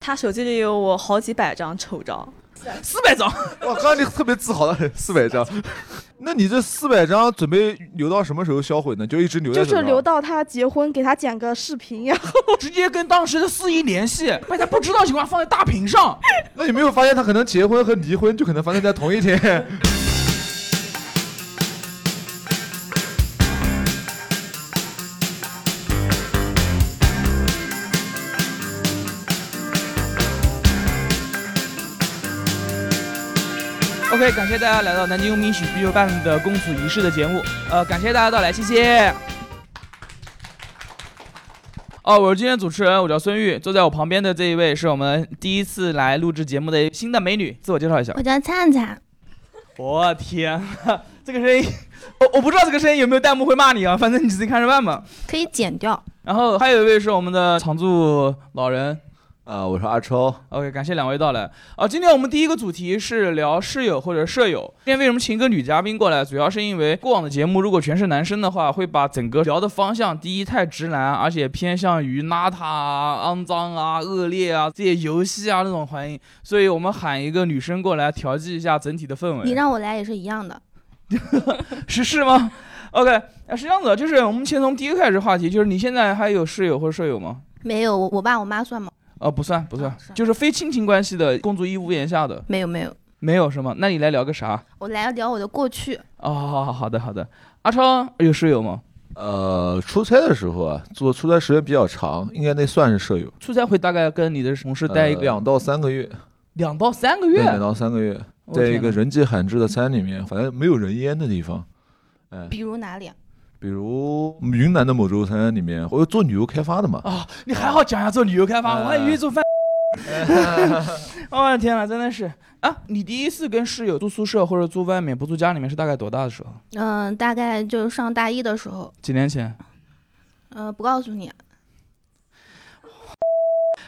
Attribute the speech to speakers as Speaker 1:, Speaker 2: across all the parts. Speaker 1: 他手机里有我好几百张丑照，四百 张。
Speaker 2: 我刚刚你特别自豪的很，四百张。那你这四百张准备留到什么时候销毁呢？就一直留在啊
Speaker 3: 就
Speaker 2: 手上
Speaker 3: 是留到他结婚，给他剪个视频， 然后
Speaker 4: 直接跟当时的司仪联系，把他不知道的情况放在大屏上。
Speaker 2: 那有没有发现他可能结婚和离婚就可能发生在同一天？
Speaker 4: OK，感谢大家来到南京佣兵喜剧办的公子仪式的节目，呃，感谢大家到来，谢谢。哦，我是今天主持人，我叫孙玉，坐在我旁边的这一位是我们第一次来录制节目的新的美女，自我介绍一下。
Speaker 5: 叫灿灿，
Speaker 4: 我、天啊，这个声音，我我不知道这个声音有没有弹幕会骂你啊，反正你自己看着办吧。
Speaker 5: 可以剪掉。
Speaker 4: 然后还有一位是我们的常驻老人，
Speaker 2: 啊、我是阿超。
Speaker 4: OK，感谢两位到来。啊，今天我们第一个主题是聊室友或者舍友。今天为什么请一个女嘉宾过来，主要是因为过往的节目如果全是男生的话，会把整个聊的方向，第一太直男，而且偏向于邋遢啊、肮脏啊、恶劣啊这些游戏啊那种环境，所以我们喊一个女生过来调剂一下整体的氛围。
Speaker 5: 你让我来也是一样的。
Speaker 4: 是是吗？OK，呃是这样子的，就是我们先从第一个开始话题，就是你现在还有室友或者舍友吗？
Speaker 5: 没有，我我爸我妈算吗？
Speaker 4: 呃，不算不
Speaker 5: 啊
Speaker 4: 算，就是非亲情关系的，公族一屋檐下的。
Speaker 5: 没有没有，
Speaker 4: 没有是吗？那你来聊个啥？
Speaker 5: 我来聊我的过去。
Speaker 4: 哦，好好好的好的。阿超有室友吗？
Speaker 2: 呃，出差的时候啊，做出差时间比较长，应该那算是舍友，
Speaker 4: 出差会大概跟你的同事待一个、
Speaker 2: 呃两到三个月，
Speaker 4: 两到三个
Speaker 2: 对，
Speaker 4: 月
Speaker 2: 两到三个月，
Speaker 4: 我
Speaker 2: 在一
Speaker 4: 天
Speaker 2: 个
Speaker 4: 哪
Speaker 2: 人迹罕至的山里面，反正没有人烟的地方。哎
Speaker 5: 比如哪里？啊
Speaker 2: 比如云南的某州山里面，我做旅游开发的 嘛，
Speaker 4: 啊、你还好讲一下做旅游开发，我还以为做饭。我的天呐，真的是啊！你第一次跟室友住宿舍或者住外面不住家里面是大概多大的时候？
Speaker 5: 嗯、大概就是上大一的时候。
Speaker 4: 几年前？
Speaker 5: 呃，不告诉你，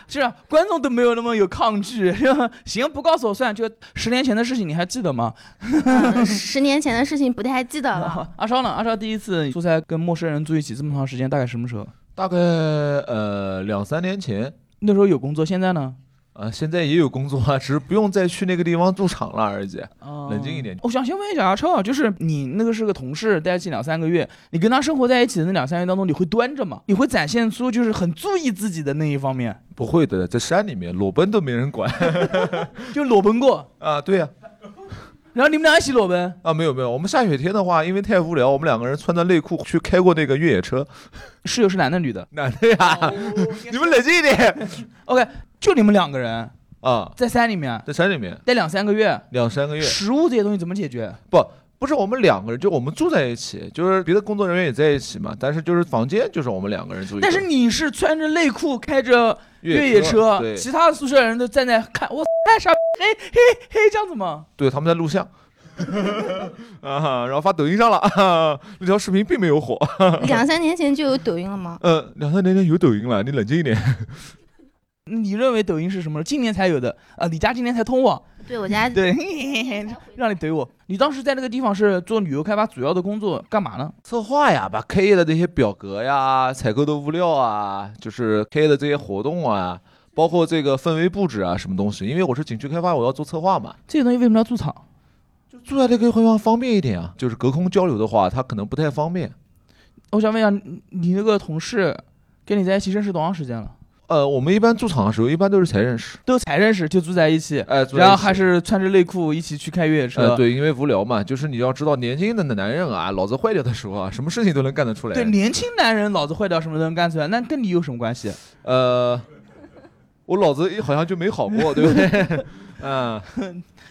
Speaker 4: 是啊观众都没有那么有抗拒。 行，不告诉我算，就十年前的事情你还记得吗？
Speaker 5: 嗯十年前的事情不太记得了。
Speaker 4: 阿超呢？阿超第一次出差跟陌生人住一起这么长时间，大概什么时候？
Speaker 2: 大概呃两三年前，
Speaker 4: 那时候有工作，现在呢？
Speaker 2: 啊，现在也有工作啊，只是不用再去那个地方驻场了而已。
Speaker 4: 哦
Speaker 2: 冷静一点，
Speaker 4: 我想先问一下阿超啊，就是你那个是个同事，待一起两三个月，你跟他生活在一起的那两三个月当中，你会端着吗？你会展现出就是很注意自己的那一方面，
Speaker 2: 不会的，在山里面裸奔都没人管
Speaker 4: 就裸奔过
Speaker 2: 啊。对呀、
Speaker 4: 然后你们俩一起裸奔，
Speaker 2: 啊，没有没有，我们下雪天的话，因为太无聊，我们两个人穿着内裤去开过那个越野车。
Speaker 4: 室友是男的女的？
Speaker 2: 男的呀，
Speaker 4: 哦
Speaker 2: 你们冷静一点
Speaker 4: OK，就你们两个人
Speaker 2: 啊，
Speaker 4: 在山里面
Speaker 2: 在山里面
Speaker 4: 待两三个月，
Speaker 2: 两三个月，
Speaker 4: 食物这些东西怎么解决？
Speaker 2: 不不是我们两个人，就我们住在一起，就是别的工作人员也在一起嘛，但是就是房间就是我们两个人住一个。
Speaker 4: 但是你是穿着内裤开着越野车，
Speaker 2: 对
Speaker 4: 其他的宿舍人都站在看，我太傻，嘿嘿嘿，这样子吗？
Speaker 2: 对，他们在录像。 啊哈，然后发抖音上了， 啊、那条视频并没有火。
Speaker 4: 哦
Speaker 5: 两三年前就有抖音了吗？
Speaker 2: 呃，两三年前有抖音了，你冷静一点。
Speaker 4: 你认为抖音是什么？今年才有的啊？李佳今年才通网，
Speaker 5: 对我 家
Speaker 4: 对，让你怼我。你当时在那个地方是做旅游开发主要的工作，干嘛呢？
Speaker 2: 策划呀，把 K 业的这些表格呀、采购的物料啊，就是 K 业的这些活动啊，包括这个氛围布置啊，什么东西。因为我是景区开发，我要做策划嘛，
Speaker 4: 这些东西为什么要驻场？
Speaker 2: 就住在这个地方方便一点啊。就是隔空交流的话，它可能不太方便。
Speaker 4: 我想问一下，你你那个同事跟你在一起认识多长时间了？
Speaker 2: 呃，我们一般驻场的时候，一般都是才认识。
Speaker 4: 都才认识就住在一起，
Speaker 2: 哎、住在一
Speaker 4: 然后还
Speaker 2: 起
Speaker 4: 是穿着内裤一起去开越野车。
Speaker 2: 呃，对，因为无聊嘛，就是你要知道，年轻的男人啊，脑子坏掉的时候啊，什么事情都能干得出来。
Speaker 4: 对，年轻男人脑子坏掉什么都能干出来，那跟你有什么关系？
Speaker 2: 呃，我脑子好像就没好过，对不对？ 嗯，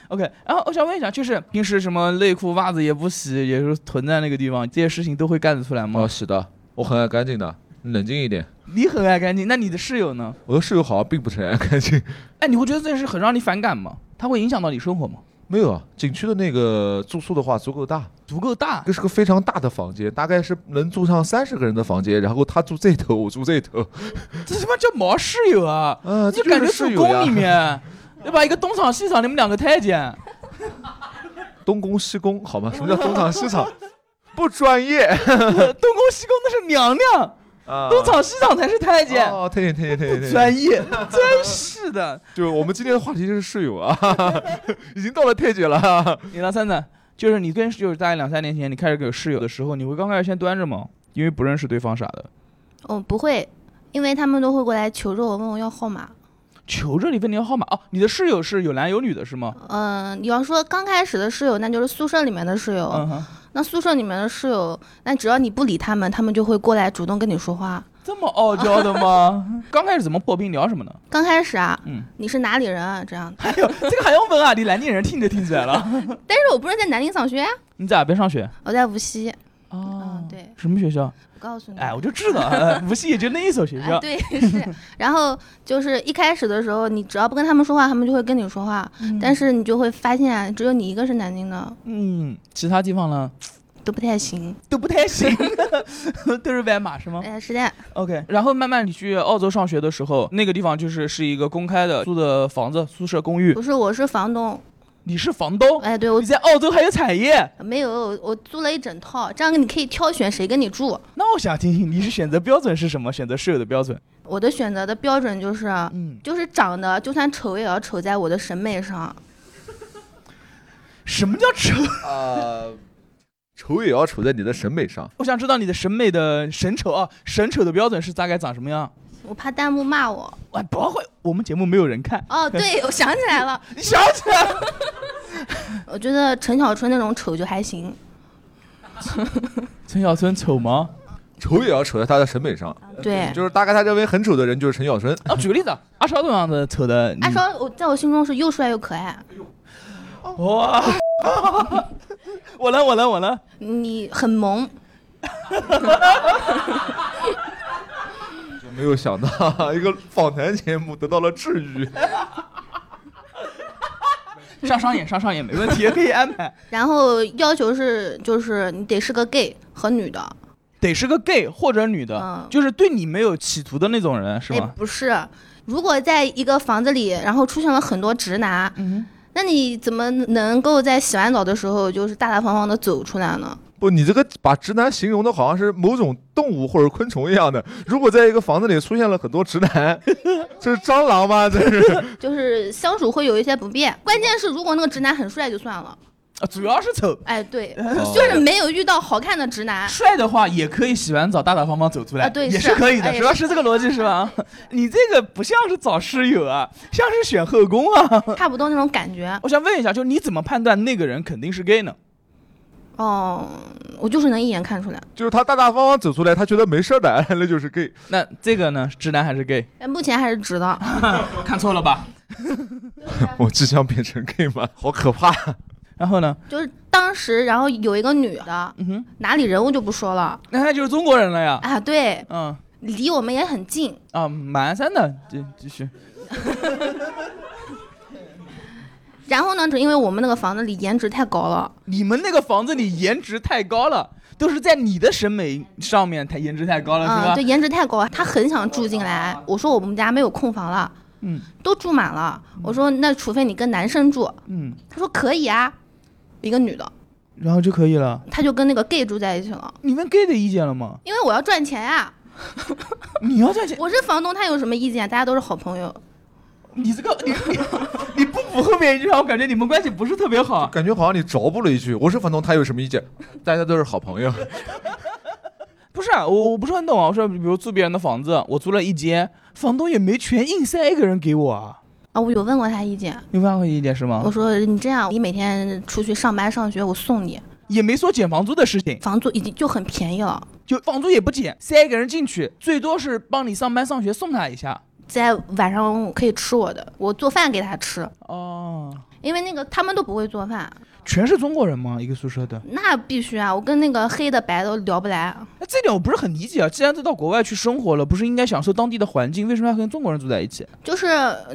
Speaker 4: OK，然后我想问一下，就是平时什么内裤、袜子也不洗，也是囤在那个地方，这些事情都会干得出来吗？
Speaker 2: 我洗哦的，我很爱干净的，你冷静一点。
Speaker 4: 你很爱干净，那你的室友呢？
Speaker 2: 我的室友好像并不是很爱干净，
Speaker 4: 哎，你会觉得这件事很让你反感吗？它会影响到你生活吗？
Speaker 2: 没有啊。景区的那个住宿的话足够大，
Speaker 4: 足够大
Speaker 2: 这是个非常大的房间，大概是能住上三十个人的房间。然后他住这头，我住这头，
Speaker 4: 这他妈叫毛室友啊！
Speaker 2: 嗯、
Speaker 4: 你
Speaker 2: 这
Speaker 4: 就感
Speaker 2: 是
Speaker 4: 觉
Speaker 2: 室
Speaker 4: 住
Speaker 2: 友呀
Speaker 4: 宫里。面， 对吧？一个东厂西厂，你们两个太监。
Speaker 2: 东宫西宫 好吗？什么叫东厂西厂？不专业。
Speaker 4: 东宫西宫那是娘娘，
Speaker 2: 啊
Speaker 4: 东厂西厂才是太监，
Speaker 2: 哦，太监太监太监太监，
Speaker 4: 专业，真是的。
Speaker 2: 就是我们今天的话题就是室友啊， 已经到了太监了啊。
Speaker 4: 你呢，三三？就是你跟就是大概两三年前你开始有室友的时候，你会刚开始先端着吗？因为不认识对方啥的，
Speaker 5: 我哦不会，因为他们都会过来求着我，问我要号码。
Speaker 4: 求着你问你要号码哦。你的室友是有男有女的是吗？
Speaker 5: 嗯、你要说刚开始的室友，那就是宿舍里面的室
Speaker 2: 哦
Speaker 5: 友。
Speaker 4: 嗯哼，
Speaker 5: 那宿舍里面的室友，那只要你不理他们，他们就会过来主动跟你说话。
Speaker 4: 这么傲娇的 吗？刚开始怎么破冰聊什么呢？
Speaker 5: 刚开始啊，
Speaker 4: 嗯，
Speaker 5: 你是哪里人啊？这样，
Speaker 4: 哎呦，这个还用问啊？你南京人听着听出来了？
Speaker 5: 但是我不是在南京上学呀、
Speaker 4: 你在哪边上学？
Speaker 5: 我在无锡。
Speaker 4: 哦
Speaker 5: 嗯，对，
Speaker 4: 什么学校？
Speaker 5: 我告诉你，
Speaker 4: 哎，我就 知道，哎无锡也就那一所学
Speaker 5: 哎
Speaker 4: 校。
Speaker 5: 对是。 然后就是一开始的时候，你只要不跟他们说话，他们就会跟你说话。但是你就会发现，啊只有你一个是南京的，
Speaker 4: 嗯，其他地方呢
Speaker 5: 都不太行。
Speaker 4: 都不太行， 都是外码是吗
Speaker 5: 哎，是的，
Speaker 4: ？OK，然后慢慢你去澳洲上学的时候，那个地方就是是一个公开的租的房子，宿舍公寓
Speaker 5: 不，是我是房东。
Speaker 4: 你是房东，
Speaker 5: 哎，对我
Speaker 4: 你在澳洲还有产业，
Speaker 5: 没有，我租了一整套，这样你可以挑选谁跟你住。
Speaker 4: 那我想听听你是选择标准是什么？选择室友的标准？
Speaker 5: 我的选择的标准就是，啊
Speaker 4: 嗯，
Speaker 5: 就是长得就算丑也要丑在我的审美上。
Speaker 4: 什么叫丑？
Speaker 2: 呃，丑也要丑在你的审美上。
Speaker 4: 我想知道你的审美的审丑啊，审丑的标准是大概长什么样？
Speaker 5: 我怕弹幕骂我。
Speaker 4: 哎，不会，我们节目没有人看，
Speaker 5: 哦，对，我想起来了，
Speaker 4: 你想 起来了？
Speaker 5: 我觉得陈小春那种丑就还行。
Speaker 4: 陈小春丑吗？
Speaker 2: 丑也要丑在他的审美上，
Speaker 4: 呃
Speaker 5: 对，
Speaker 2: 就是大概他认为很丑的人就是陈小春。
Speaker 4: 啊，举个例子啊，阿超这样的丑的，你
Speaker 5: 阿超，我在我心中是又帅又可爱。
Speaker 4: 哇，我来，我来，我来。
Speaker 5: 你很萌，
Speaker 2: 就没有想到一个访谈节目得到了治愈。
Speaker 4: 上上眼，上上眼没问题，可以安排。
Speaker 5: 然后要求是就是你得是个 gay 和女的，
Speaker 4: 得是个 gay 或者女的，
Speaker 5: 嗯
Speaker 4: 就是对你没有企图的那种人，是
Speaker 5: 哎
Speaker 4: 吗？
Speaker 5: 不是，如果在一个房子里，然后出现了很多直男，
Speaker 4: 嗯，
Speaker 5: 那你怎么能够在洗完澡的时候就是大大方方的走出来呢？
Speaker 2: 不，你这个把直男形容的好像是某种动物或者昆虫一样的。如果在一个房子里出现了很多直男， 这是蟑螂吗？这是
Speaker 5: 就是相处会有一些不便，关键是如果那个直男很帅就算了，
Speaker 4: 啊，主要是 丑。
Speaker 5: 哎对，
Speaker 4: 哦
Speaker 5: 就是没有遇到好看的直男，
Speaker 4: 帅的话也可以洗完澡大大方方走出来，
Speaker 5: 啊对
Speaker 4: 也
Speaker 5: 是
Speaker 4: 是可以的，
Speaker 5: 哎
Speaker 4: 主要是这个逻辑 是吧？你这个不像是找室友啊，像是选后宫啊。
Speaker 5: 差不多那种感觉。
Speaker 4: 我想问一下，就是你怎么判断那个人肯定是 gay 呢？
Speaker 5: 哦，我就是能一眼看出来。
Speaker 2: 就是他大大方方走出来，他觉得没事儿的， 那就是 gay。
Speaker 4: 那这个呢，直男还是 gay？
Speaker 5: 哎，目前还是直的。
Speaker 4: 看错了吧？
Speaker 2: 我即将变成 gay 吗？好可怕！啊
Speaker 4: 然后呢？
Speaker 5: 就是当时，然后有一个女的，
Speaker 4: 嗯哼，啊
Speaker 5: 哪里人我就不说了
Speaker 4: 那他就是中国人了呀。
Speaker 5: 啊，对，
Speaker 4: 嗯
Speaker 5: 离我们也很近。
Speaker 4: 啊，马鞍山的，这继续。
Speaker 5: 然后呢，只因为我们那个房子里颜值太高了，
Speaker 4: 你们那个房子里颜值太高了，都是在你的审美上面太颜值太高了，啊是
Speaker 5: 嗯，
Speaker 4: 吧？
Speaker 5: 对，颜值太高了，她很想住进来。我说我们家没有空房了，
Speaker 4: 嗯
Speaker 5: 都住满了。我说那除非你跟男生住，
Speaker 4: 嗯，
Speaker 5: 她说可以啊，一个女的，
Speaker 4: 然后就可以了。
Speaker 5: 她就跟那个 gay 住在一起了，
Speaker 4: 你问 gay 的意见了吗？
Speaker 5: 因为我要赚钱呀、
Speaker 4: 你要赚钱，
Speaker 5: 我是房东，他有什么意见？大家都是好朋友。
Speaker 4: 你这个你 你你不补后面一句话，我感觉你们关系不是特别好。
Speaker 2: 感觉好像你着补了一句，我是房东，他有什么意见？大家都是好朋 友。
Speaker 4: 不是、啊，我我不是很懂啊。我说，比如租别人的房子，我租了一间，房东也没权硬塞一个人给我啊。
Speaker 5: 啊，我有问过他意见，
Speaker 4: 你问过意见是
Speaker 5: 我
Speaker 4: 吗？
Speaker 5: 说你这样，你每天出去上班上学，我送你，
Speaker 4: 也没说减房租的事情，
Speaker 5: 房租已经就很便宜了。
Speaker 4: 就房租也不减，塞一个人进去，最多是帮你上班上学送他一下。
Speaker 5: 在晚上可以吃我的，我做饭给他吃，
Speaker 4: 哦，
Speaker 5: 因为那个他们都不会做饭，
Speaker 4: 全是中国人吗？一个宿舍的？
Speaker 5: 那必须啊！我跟那个黑的白的聊不来，
Speaker 4: 那这点我不是很理解啊！既然都到国外去生活了，不是应该享受当地的环境，为什么要跟中国人住在一起？
Speaker 5: 就是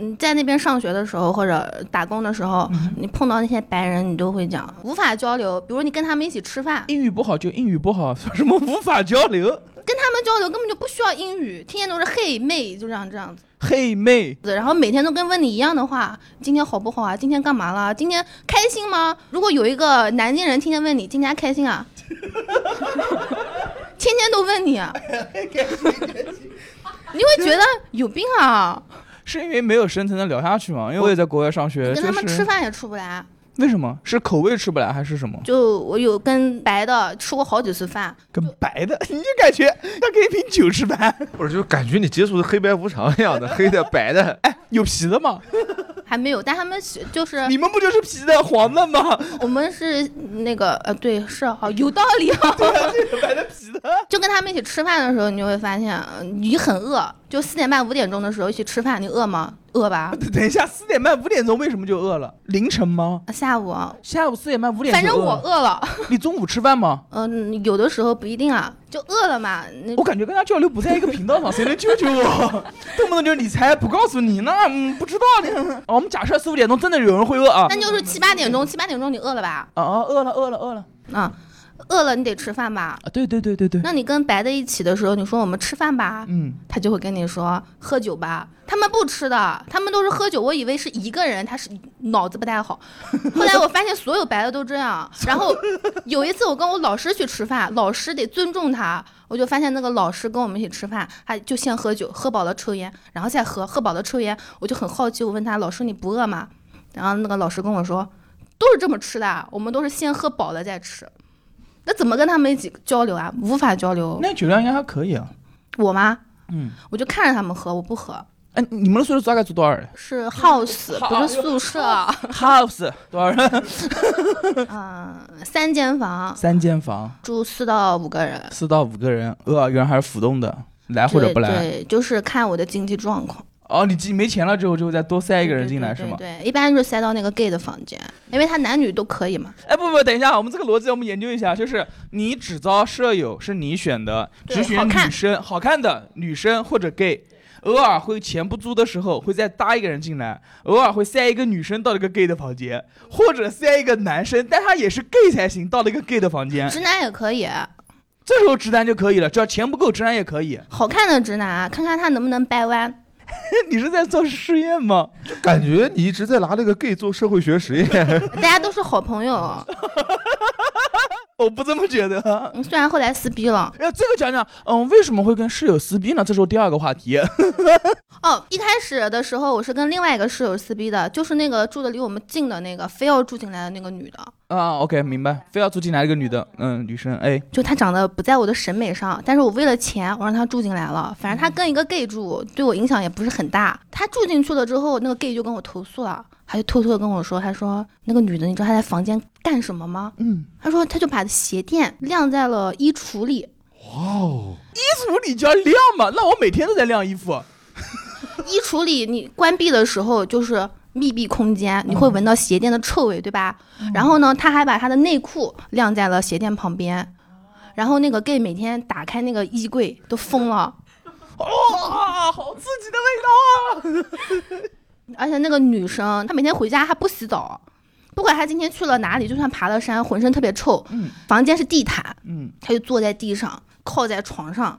Speaker 5: 你在那边上学的时候或者打工的时候，你碰到那些白人，你都会讲无法交流。比如你跟他们一起吃饭，
Speaker 4: 英语不好就英语不好， 说什么无法交流？
Speaker 5: 跟他们交流根本就不需要英语，天天都是嘿妹，就这样这样子，
Speaker 4: 嘿妹，
Speaker 5: 然后每天都跟问你一样的话，今天好不好啊？今天干嘛了？今天开心吗？如果有一个南京人天天问你今天开心啊，天 天天都问你啊， 你会觉得有病啊！
Speaker 4: 是因为没有深层的聊下去嘛？因为我也在国外上学，
Speaker 5: 跟
Speaker 4: 就
Speaker 5: 他们
Speaker 4: 是
Speaker 5: 吃饭也出不来。
Speaker 4: 为什么是口味吃不来还是什么？
Speaker 5: 就我有跟白的吃过好几次饭，
Speaker 4: 跟白的， 你就感觉他跟一瓶酒吃饭，
Speaker 2: 不是，就感觉你接触的黑白无常一样的，黑的、白的，
Speaker 4: 有皮的吗？
Speaker 5: 还没有，但他们喜就是
Speaker 4: 你们不就是皮的、黄的吗？
Speaker 5: 我们是那个呃，对，是好有道理啊。
Speaker 4: 白的、皮的。
Speaker 5: 就跟他们一起吃饭的时候，你就会发现呃你很饿，就四点半五点钟的时候一起吃饭，你饿吗？饿吧。
Speaker 4: 等一下，四点半、五点钟为什么就饿了？凌晨吗？
Speaker 5: 下午啊，
Speaker 4: 下午四点半、五点
Speaker 5: 反
Speaker 4: 就
Speaker 5: 正
Speaker 4: 饿
Speaker 5: 我
Speaker 4: 了。
Speaker 5: 饿了，
Speaker 4: 你中午吃饭吗？
Speaker 5: 嗯，有的时候不一定啊，就饿了嘛。那
Speaker 4: 我感觉跟他交流不在一个频道上，谁能救救我？ 动不动就是理财不告诉你， 那嗯不知道呢。啊我们假设四五点钟真的有人会饿啊
Speaker 5: 那就是七八点钟，七八点钟你饿了吧？
Speaker 4: 啊啊！饿了，饿了，饿了
Speaker 5: 啊，饿了你得吃饭吧？
Speaker 4: 啊！对对对对对，
Speaker 5: 那你跟白的一起的时候，你说我们吃饭吧，
Speaker 4: 嗯，
Speaker 5: 他就会跟你说喝酒吧。他们不吃的，他们都是喝酒。我以为是一个人，他是脑子不太好。后来我发现所有白的都这样。然后有一次我跟我老师去吃饭，老师得尊重他。我就发现那个老师跟我们一起吃饭，他就先喝酒，喝饱了抽烟，然后再喝，喝饱了抽烟。我就很好奇，我问他老师你不饿吗？然后那个老师跟我说，都是这么吃的，我们都是先喝饱了再吃。那怎么跟他们一起交流啊？无法交流。
Speaker 4: 那酒量应该还可以啊。
Speaker 5: 我吗？
Speaker 4: 嗯，
Speaker 5: 我就看着他们喝，我不喝。
Speaker 4: 哎，你们的宿舍大概住多少人
Speaker 5: 是 house，不是宿舍，
Speaker 4: ？House 多少 人？
Speaker 5: 嗯，三间房
Speaker 4: 三间房，
Speaker 5: 住四到五个人，
Speaker 4: 四到五个人，呃，一个人还是浮动的，来或者
Speaker 5: 对
Speaker 4: 不来。
Speaker 5: 对，就是看我的经济状况。
Speaker 4: 哦，你进没钱了之后，就会再多塞一个人进来
Speaker 5: 对
Speaker 4: 是吗？
Speaker 5: 对，对一般就是塞到那个 gay 的房间，因为他男女都可以嘛。
Speaker 4: 哎，不不，等一下，我们这个逻辑我们研究一下，就是你只招舍友是你选的，
Speaker 5: 对
Speaker 4: 只
Speaker 5: 好
Speaker 4: 选
Speaker 5: 看嗯
Speaker 4: 女生好看的女生或者 gay。偶尔会前不租的时候会再搭一个人进来，偶尔会塞一个女生到这个 gay 的房间，或者塞一个男生，但他也是 gay 才行，到了一个 gay 的房间，
Speaker 5: 直男也可以，
Speaker 4: 这时候直男就可以了，只要钱不够，直男也可以。哎
Speaker 5: 好看的直男，啊看看他能不能掰弯。
Speaker 4: 你是在做试验吗？
Speaker 2: 感觉你一直在拿那个 gay 做社会学实验。
Speaker 5: 大家都是好朋友，
Speaker 4: 我不这么觉得。
Speaker 5: 嗯虽然后来撕逼了。
Speaker 4: 呃，这个讲讲，嗯，为什么会跟室友撕逼呢？这是我第二个话题。
Speaker 5: 哦，一开始的时候我是跟另外一个室友撕逼的，就是那个住的离我们近的那个，非要住进来的那个女的。
Speaker 4: 啊，OK，明白。非要住进来一个女的，嗯，女生，哎，
Speaker 5: 就她长得不在我的审美上，但是我为了钱，我让她住进来了。反正她跟一个 gay 住，对我影响也不是很大。她住进去了之后，那个 gay 就跟我投诉了，他就偷偷的跟我说，他说那个女的，你知道她在房间干什么吗？
Speaker 4: 嗯，
Speaker 5: 他说她就把鞋垫晾在了衣橱里，
Speaker 4: 衣橱里就要晾嘛，那我每天都在晾衣服。
Speaker 5: 衣橱里你关闭的时候就是密闭空间，你会闻到鞋垫的臭味，对吧？然后呢，他还把他的内裤晾在了鞋垫旁边，然后那个 gay 每天打开那个衣柜都疯了。
Speaker 4: 哇，啊好刺激的味道啊！
Speaker 5: 而且那个女生，她每天回家还不洗澡，不管她今天去了哪里，就算爬了山，浑身特别臭。
Speaker 4: 嗯
Speaker 5: 房间是地毯，
Speaker 4: 嗯，
Speaker 5: 她就坐在地上，靠在床上，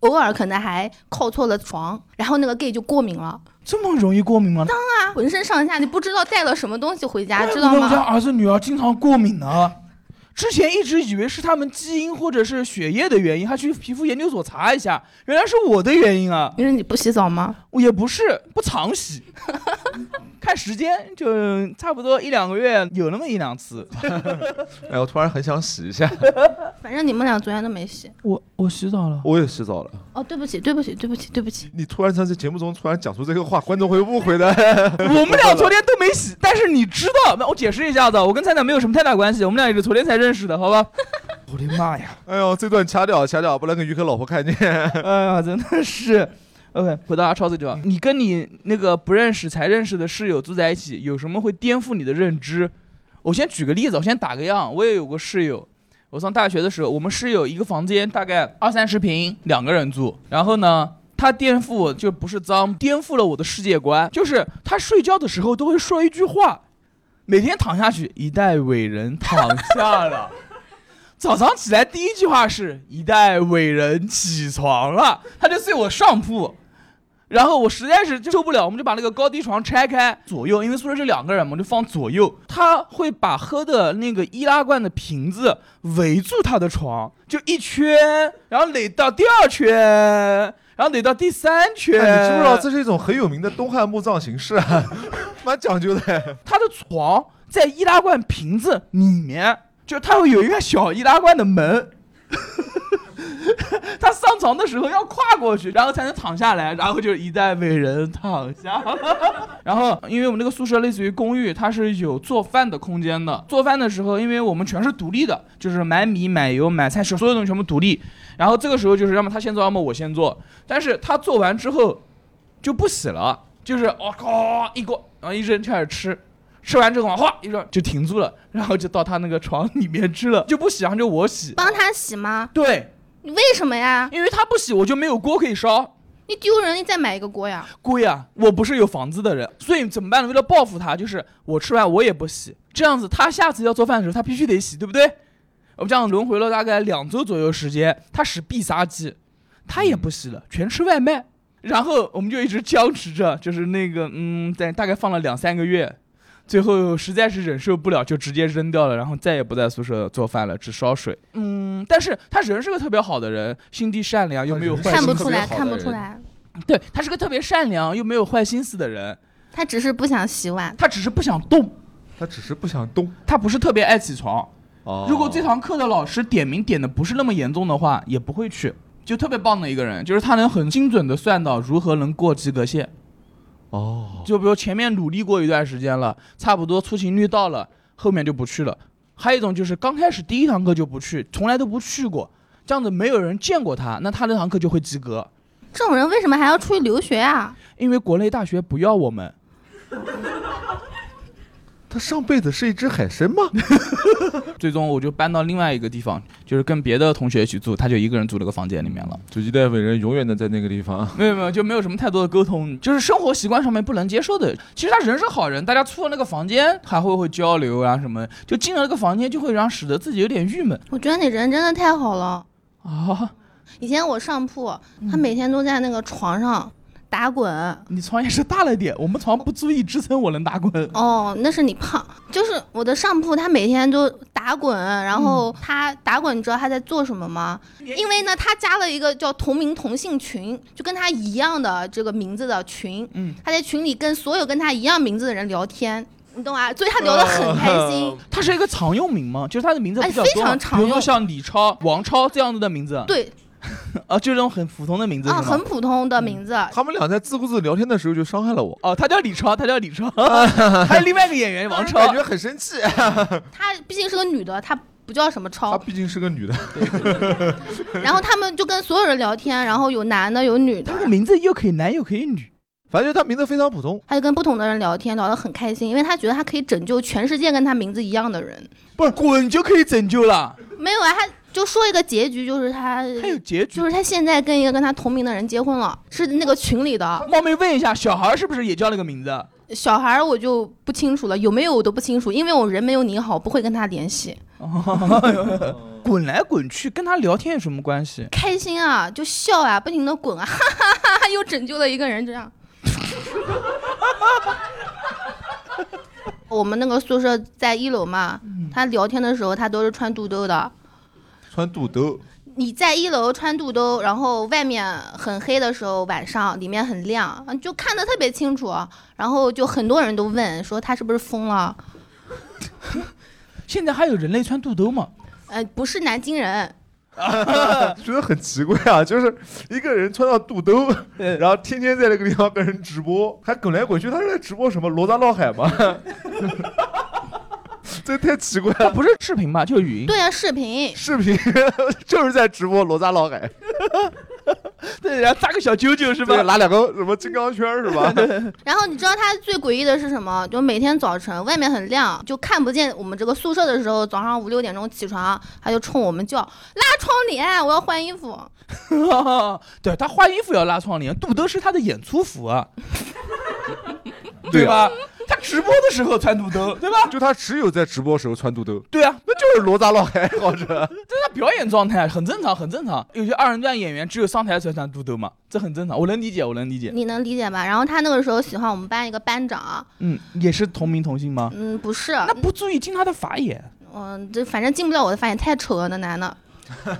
Speaker 5: 偶尔可能还靠错了床，然后那个 gay 就过敏了，
Speaker 4: 这么容易过敏吗？
Speaker 5: 啊，浑身上下你不知道带了什么东西回
Speaker 2: 哎
Speaker 5: 家，知道
Speaker 4: 怪不得我家
Speaker 5: 吗？
Speaker 4: 儿子女儿经常过敏呢。之前一直以为是他们基因或者是血液的原因，还去皮肤研究所查一下，原来是我的原因啊！
Speaker 5: 因为你不洗澡吗？
Speaker 4: 我也不是不常 洗，看时间就差不多一两个月有那么一两次。
Speaker 2: 哎，我突然很想洗一下。
Speaker 5: 反正你们俩昨天都没洗。
Speaker 4: 我我洗澡了，
Speaker 2: 我也洗澡了。
Speaker 5: 哦，对不起，对不起，对不起，对不起。
Speaker 2: 你突然在这节目中突然讲出这个话，观众会误会的。
Speaker 4: 我们俩昨天都没洗，但是你知道，那我解释一下子，我跟菜菜没有什么太大关系，我们俩也是昨天才认识的，好 吧？我的妈呀！
Speaker 2: 哎呦，这段掐掉，掐掉，不然给于科老婆看见。
Speaker 4: 哎呀，真的是。OK，回到阿超这地方，你跟你那个不认识才认识的室友住在一起，有什么会颠覆你的认知？我先举个例子，我先打个样，我也有过室友。我上大学的时候，我们室友一个房间大概二三十平，两个人住。然后呢，他颠覆我就不是脏，颠覆了我的世界观，就是他睡觉的时候都会说一句话，每天躺下去，一代伟人躺下 了。早上起来第一句话是一代伟人起床了，他就睡我上铺。然后我实在是受不了，我们就把那个高低床拆开，左右，因为宿舍是两个人嘛，我们就放左右。他会把喝的那个易拉罐的瓶子围住他的床，就一圈，然后垒到第二圈，然后垒到第三圈。
Speaker 2: 哎你知不知
Speaker 4: 呃
Speaker 2: 道这是一种很有名的东汉墓葬形式啊？ 蛮讲究的。
Speaker 4: 他的床在易拉罐瓶子里面，就他会有一个小易拉罐的门。他上床的时候要跨过去，然后才能躺下来，然后就一代美人躺下了。然后，因为我们那个宿舍类似于公寓，它是有做饭的空间的。做饭的时候，因为我们全是独立的，就是买米、买油、买菜，所有东西全部独立。然后这个时候就是要么他先做，要么我先做。但是他做完之后，就不洗了，就是哦靠一锅，然后一扔开始吃，吃完之后哗一扔就停住了，然后就到他那个床里面吃了，就不洗，然后就我洗。
Speaker 5: 帮他洗吗？
Speaker 4: 对，
Speaker 5: 你为什么呀？
Speaker 4: 因为他不洗，我就没有锅可以烧。
Speaker 5: 你丢人，你再买一个锅呀。
Speaker 4: 贵啊！我不是有房子的人，所以怎么办呢？为了报复他，就是我吃完我也不洗，这样子他下次要做饭的时候，他必须得洗，对不对？我们这样轮回了大概两周左右时间，他使必杀技，他也不洗了，全吃外卖。然后我们就一直僵持着，就是那个嗯，在大概放了两三个月，最后实在是忍受不了，就直接扔掉了，然后再也不在宿舍做饭了，只烧水。嗯，但是他人是个特别好的人，心地善良，又没有坏心，
Speaker 5: 看不
Speaker 2: 特
Speaker 5: 出
Speaker 2: 别
Speaker 5: 来，
Speaker 2: 好
Speaker 5: 看
Speaker 2: 的
Speaker 5: 不出
Speaker 2: 人
Speaker 5: 来，
Speaker 4: 对他是个特别善良又没有坏心思的人，
Speaker 5: 他只是不想洗碗。
Speaker 4: 他只是不想动，
Speaker 2: 他只是不想动。
Speaker 4: 他不是特别爱起床。
Speaker 2: 哦
Speaker 4: 如果这堂课的老师点名点的不是那么严重的话，也不会去。就特别棒的一个人，就是他能很精准的算到如何能过及格线。
Speaker 2: 哦，
Speaker 4: 就比如前面努力过一段时间了，差不多出勤率到了，后面就不去了。还有一种就是刚开始第一堂课就不去，从来都不去过，这样子没有人见过他，那他那堂课就会及格。
Speaker 5: 这种人为什么还要出去留学啊？
Speaker 4: 因为国内大学不要我们，
Speaker 2: 他上辈子是一只海参 吗？
Speaker 4: 最终我就搬到另外一个地方，就是跟别的同学一起住，他就一个人住那个房间里面了。
Speaker 2: 就一代伟人永远的在那个地方。
Speaker 4: 没有没有，就没有什么太多的沟通，就是生活习惯上面不能接受的。其实他人是好人，大家出了那个房间还会会交流啊什么，就进了那个房间就会让使得自己有点郁闷
Speaker 5: 我觉得你人真的太好了。
Speaker 4: 啊。
Speaker 5: 以前我上铺，
Speaker 4: 嗯
Speaker 5: 他每天都在那个床上打滚。
Speaker 4: 你床也是大了点，我们床不足以支撑我能打滚。
Speaker 5: 哦，那是你胖，就是我的上铺，他每天都打滚，然
Speaker 4: 嗯
Speaker 5: 后他打滚，你知道他在做什么吗？因为呢，他加了一个叫同名同姓群，就跟他一样的这个名字的群，
Speaker 4: 嗯，
Speaker 5: 他在群里跟所有跟他一样名字的人聊天，你懂啊？所以他聊得很开 心。
Speaker 4: 他是一个常用名吗？就是他的名字比较
Speaker 5: 哎非
Speaker 4: 多吗，
Speaker 5: 常常
Speaker 4: 比如说
Speaker 5: 用
Speaker 4: 像李超、王超这样子的名字，
Speaker 5: 对
Speaker 4: 啊，就这种很嗯普通的名字是
Speaker 5: 啊，
Speaker 4: 吗？
Speaker 5: 很普通的名字，
Speaker 2: 他们俩在自顾自聊天的时候就伤害了我，
Speaker 4: 哦，他叫李超，他叫李 超，还有另外一个演员王超，
Speaker 2: 感觉很生气。
Speaker 5: 她毕竟是个女的，她不叫什么
Speaker 2: 她
Speaker 5: 超。
Speaker 2: 毕竟是个女的，
Speaker 5: 然后他们就跟所有人聊天，然后有男的有女的
Speaker 4: 他，的名字又可以男又可以女。
Speaker 2: 反正她名字非常普通。
Speaker 5: 他就跟不同的人聊天，聊得很开心，因为他觉得他可以拯救全世界跟他名字一样的人。
Speaker 4: 不是滚就可以拯救了，
Speaker 5: 没有啊，他就说一个结局，就是他，
Speaker 4: 还有结局
Speaker 5: 就。是他现在跟一个跟他同名的人结婚了，是那个群里的
Speaker 4: 冒昧问一下，小孩是不是也叫那个名 字？
Speaker 5: 小孩，我就不清楚了，有没有我都不清楚，因为我人没有你好，不会跟他联系。
Speaker 4: 滚来滚去，跟他聊天有什么关系？
Speaker 5: 开心啊，就笑啊，不停的滚啊，哈 哈哈哈，又拯救了一个人，这样。 我们那个宿舍在一楼嘛，他聊天的时候他都是穿肚兜的。
Speaker 2: 穿肚兜，
Speaker 5: 你在一楼穿肚兜，然后外面很黑的时候，晚上里面很亮，嗯就看得特别清楚。然后就很多人都问说他是不是疯了？
Speaker 4: 现在还有人类穿肚兜 吗？
Speaker 5: 呃，不是南京人，
Speaker 2: 觉得很奇怪啊， 就是一个人穿到肚兜，
Speaker 4: 嗯
Speaker 2: 然后天天在那个地方跟人直播，还滚来滚去，他是在直播什么罗扎闹海吗？ 这太奇怪
Speaker 4: 他
Speaker 2: 了。
Speaker 4: 不是视频吧，就是语音。
Speaker 5: 对啊，视频。
Speaker 2: 视频 就是在直播罗扎闹海，
Speaker 4: 对，然后扎个小揪揪是
Speaker 2: 是
Speaker 4: 吧？
Speaker 2: 拿两个什么金刚圈是吧？
Speaker 5: 然后你知道他最诡异的是什么？就每天早晨外面很亮，就看不见我们这个宿舍的时候，早上五六点钟起床，他就冲我们叫拉窗帘，我要换衣服。
Speaker 4: 对他换衣服要拉窗帘，肚兜是他的演出服啊，
Speaker 2: 对啊
Speaker 4: 吧？他直播的时候穿肚兜，对吧？
Speaker 2: 就他只有在直播时候穿肚兜，
Speaker 4: 对啊，
Speaker 2: 那就是罗扎闹海，好着。
Speaker 4: 那表演状态很正常，很正常。有些二人转演员只有上台的时候才能嘟兜嘛，这很正常，我能理解，我能理解。
Speaker 5: 你能理解吧？然后他那个时候喜欢我们班一个班长，
Speaker 4: 嗯，也是同名同姓吗？
Speaker 5: 嗯，不是，
Speaker 4: 那不注意进他的法眼，
Speaker 5: 嗯，这反正进不了我的发现，太丑了那男的。 呃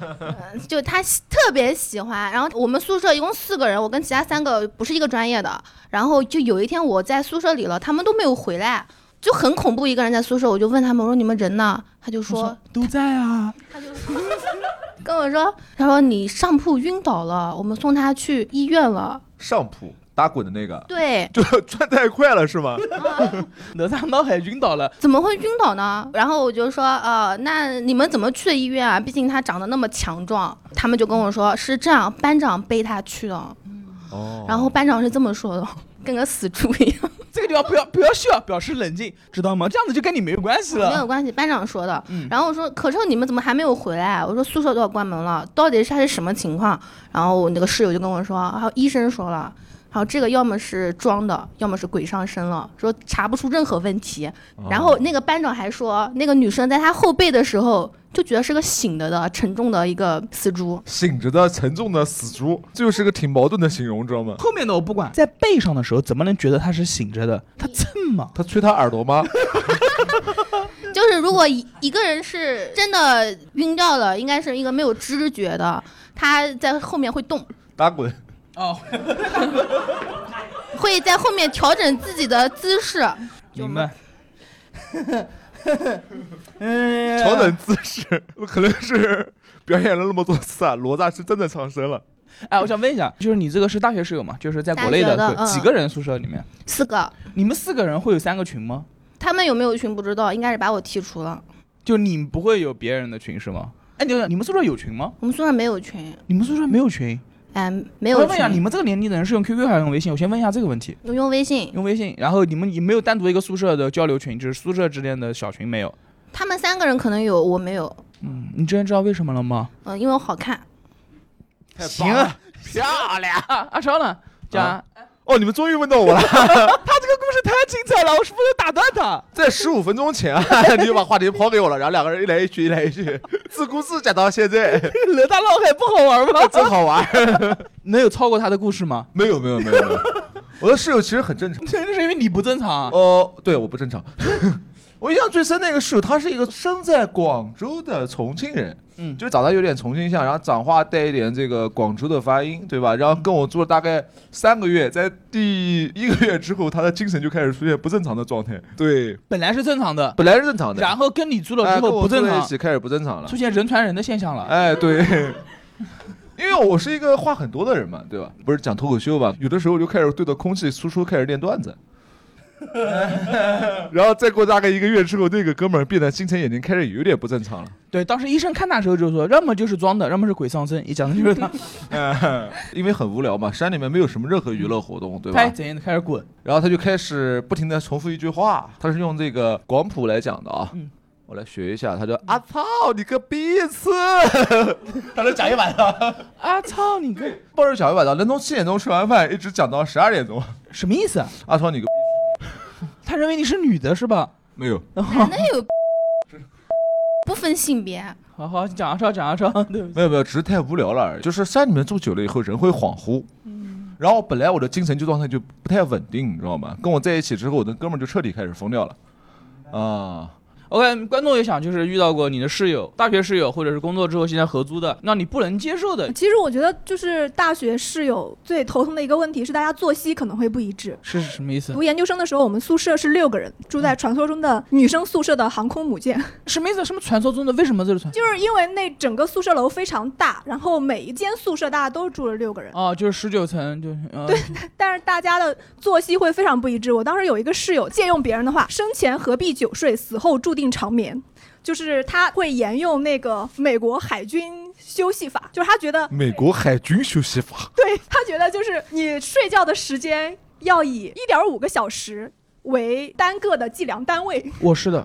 Speaker 5: 就他喜特别喜欢，然后我们宿舍一共四个人，我跟其他三个不是一个专业的。然后就有一天我在宿舍里了，他们都没有回来，就很恐怖。一个人在宿舍，我就问他们，我说你们人呢？他就
Speaker 4: 我
Speaker 5: 说，
Speaker 4: 都在啊。
Speaker 5: 他就说跟我说，他说你上铺晕倒了，我们送他去医院了。
Speaker 2: 上铺打滚的那个，
Speaker 5: 对，
Speaker 2: 就转太快了是吗？
Speaker 4: 哪吒脑海晕倒了，
Speaker 5: 怎么会晕倒呢？然后我就说，呃，那你们怎么去的医院啊？毕竟他长得那么强壮。他们就跟我说是这样，班长背他去的。
Speaker 2: 哦
Speaker 5: 然后班长是这么说的，跟个死猪一样，
Speaker 4: 这个地方不要不要笑，表示冷静，知道吗？这样子就跟你没有关系
Speaker 5: 没
Speaker 4: 了。
Speaker 5: 有关系，班长说的。
Speaker 4: 嗯
Speaker 5: 然后我说，可是你们怎么还没有回来？啊我说宿舍都要关门了，到底是他是什么情况？然后我那个室友就跟我说，还有医生说了。然后这个要么是装的，要么是鬼上身了，说查不出任何问题。
Speaker 2: 哦
Speaker 5: 然后那个班长还说，那个女生在他后背的时候就觉得是个醒着的、沉重的一个死猪。
Speaker 2: 哦醒着的沉重的死猪，这又是个挺矛盾的形容，知道吗？
Speaker 4: 后面的我不管，在背上的时候怎么能觉得他是醒着的？他正吗？
Speaker 2: 他吹他耳朵吗？
Speaker 5: 就是如果一一个人是真的晕掉了，应该是一个没有知觉的，他在后面会动，
Speaker 2: 打滚，
Speaker 4: 哦，
Speaker 5: 会在后面调整自己的姿势。
Speaker 4: 明白。嗯，
Speaker 2: 调整姿势，可能是表演了那么多次啊，罗大是真的上身了。
Speaker 4: 哎，我想问一下，就是你这个是大学室友嘛？就是在国内
Speaker 5: 大
Speaker 4: 的
Speaker 5: 学的
Speaker 4: 几
Speaker 5: 嗯
Speaker 4: 个人宿舍里面，
Speaker 5: 四个，
Speaker 4: 你们四个人会有三个群吗？
Speaker 5: 他们有没有群不知道，应该是把我剔除了。
Speaker 4: 就你不会有别人的群是吗？哎，你你们宿舍有群吗？
Speaker 5: 我们宿舍没有群，
Speaker 4: 你们宿舍没有群？
Speaker 5: 哎，没
Speaker 4: 我
Speaker 5: 有
Speaker 4: 先问一下，你
Speaker 5: 群，
Speaker 4: 们这个年龄的人是用 QQ 还是用微信？我先问一下这个问题。
Speaker 5: 我用微信。
Speaker 4: 用微信，然后你们也没有单独一个宿舍的交流群，就是宿舍之间的小群没有。
Speaker 5: 他们三个人可能有，我没有。
Speaker 4: 嗯，你之前知道为什么了吗？
Speaker 5: 嗯、因为我好 看。
Speaker 4: 行啊，漂亮。啊阿超呢？讲、
Speaker 2: 啊哦，你们终于问到我了，
Speaker 4: 他这个故事太精彩了，我是不能打断 他。
Speaker 2: 在十五分钟前啊， 你就把话题抛给我了，然后两个人一来一去，一来一去，自顾自讲到现在，
Speaker 4: 哪吒闹海不好玩吗？
Speaker 2: 真好玩。
Speaker 4: 能有超过他的故事吗？
Speaker 2: 没有没有没有没有， 我的室友其实很正常。
Speaker 4: 这是因为你不正常啊。
Speaker 2: 哦，对，我不正常。 我印象最深那个室友，他是一个生在广州的重庆人，
Speaker 4: 嗯
Speaker 2: 就是长得有点重庆像，然后讲话带一点这个广州的发音，对吧？然后跟我住了大概三个月，在第一个月之后，他的精神就开始出现不正常的状态。对，
Speaker 4: 本来是正常的，
Speaker 2: 本来是正常的，
Speaker 4: 然后跟你住了
Speaker 2: 哎
Speaker 4: 之
Speaker 2: 跟
Speaker 4: 后
Speaker 2: 我
Speaker 4: 不正
Speaker 2: 住在
Speaker 4: 常
Speaker 2: 一，起开始不正常了
Speaker 4: 出。现人传人的现象了。
Speaker 2: 哎，对， 因为我是一个话很多的人嘛，对吧？不是讲脱口秀吧，有的时候就开始对着空气输出，开始念段子。 然后再过大概一个月之后，那个哥们儿变得心情眼睛开始有点不正常了，
Speaker 4: 对，当时医生看他的时候就说，要么就是装的，要么是鬼上身，一讲的 就是他。
Speaker 2: 因为很无聊嘛，山里面没有什么任何娱乐活动，对
Speaker 4: 拍
Speaker 2: 吧？
Speaker 4: 怎样的开始滚。
Speaker 2: 然后他就开始不停的重复一句话，他是用这个广普来讲的啊，
Speaker 4: 嗯
Speaker 2: 我来学一下，他说啊操你个逼次， 他能讲一晚上，
Speaker 4: 啊操你个
Speaker 2: 抱着讲一晚上，能从七点钟吃完饭一直讲到十二点钟，
Speaker 4: 什么意思啊？
Speaker 2: 啊操你个逼
Speaker 4: 他认为你是女的是吧？
Speaker 2: 没有。
Speaker 5: 男的哎有 不分性别，
Speaker 4: 好好讲啊超讲啊超，对不起
Speaker 2: 没有没有，只是太无聊了而已。就是山里面住久了以后，人会恍惚。然后本来我的精神就状态就不太稳定，你知道吗？跟我在一起之后，我的哥们儿就彻底开始疯掉了。啊，
Speaker 4: OK，观众也想就是遇到过你的室友，大学室友或者是工作之后现在合租的，让你不能接受的
Speaker 3: 其实我觉得，就是大学室友最头疼的一个问题是，大家作息可能会不一致。
Speaker 4: 是什么意思？
Speaker 3: 读研究生的时候，我们宿舍是六个人，住在传说中的女生宿舍的航空母舰，
Speaker 4: 什么意思？什么传说中的？为什么这个传？
Speaker 3: 就是因为那整个宿舍楼非常大，然后每一间宿舍大家都住了六个人，
Speaker 4: 哦，就是十九层，就是嗯，对，
Speaker 3: 但是大家的作息会非常不一致。我当时有一个室友，借用别人的话，生前何必久睡，死后注定长眠。就是他会沿用那个美国海军休息法，就是他觉得嗯
Speaker 2: 美国海军休息法，
Speaker 3: 对他觉得就是你睡觉的时间要以一点五个小时为单个的计量单位
Speaker 4: 我是的，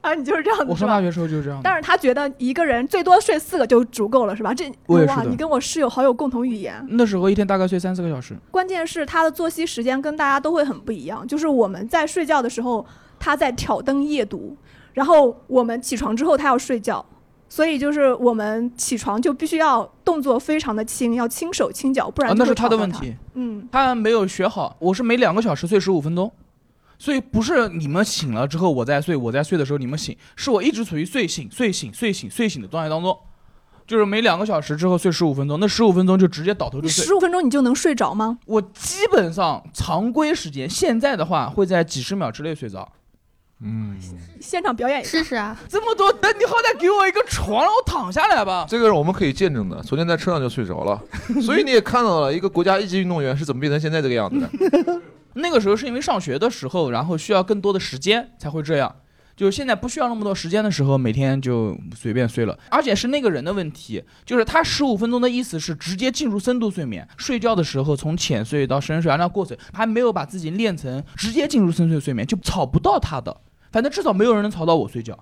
Speaker 3: 啊，你就是这样
Speaker 4: 我
Speaker 3: 子是
Speaker 4: 上大
Speaker 3: 吧？
Speaker 4: 学时候就是这样的。
Speaker 3: 但是他觉得一个人最多睡四个就足够了，是吧？这
Speaker 4: 我也
Speaker 3: 哇，
Speaker 4: 是的
Speaker 3: 你跟我室友好有共同语言。
Speaker 4: 那时候一天大概睡三四个小时，
Speaker 3: 关键是他的作息时间跟大家都会很不一样，就是我们在睡觉的时候，他在挑灯夜读，然后我们起床之后他要睡觉，所以就是我们起床就必须要动作非常的轻，要轻手轻脚，不然、
Speaker 4: 啊，那是他的问。题，
Speaker 3: 嗯，
Speaker 4: 他没有学好。我是每两个小时睡十五分钟，所以不是你们醒了之后我再睡，我在睡的时候你们醒，是我一直处于睡醒、睡醒、睡醒、睡醒的状态当中，就是每两个小时之后睡十五分钟，那十五分钟就直接倒头就
Speaker 3: 你
Speaker 4: 睡。
Speaker 3: 十五分钟你就能睡着吗？
Speaker 4: 我基本上常规时间，现在的话会在几十秒之内睡着。
Speaker 2: 嗯，
Speaker 3: 现场表演一下。
Speaker 5: 试试啊，
Speaker 4: 这么多，那你好歹给我一个床，让我躺下来吧。
Speaker 2: 这个是我们可以见证的。昨天在车上就睡着 了，所以你也看到了一个国家一级运动员是怎么变成现在这个样子的。
Speaker 4: 那个时候是因为上学的时候，然后需要更多的时间才会这样。就是现在不需要那么多时间的时候，每天就随便睡了，而且是那个人的问题，就是他十五分钟的意思是直接进入深度睡眠，睡觉的时候从浅睡到深睡，按照过程还没有把自己练成直接进入深睡睡眠，就吵不到他的，反正至少没有人能吵到我睡 觉。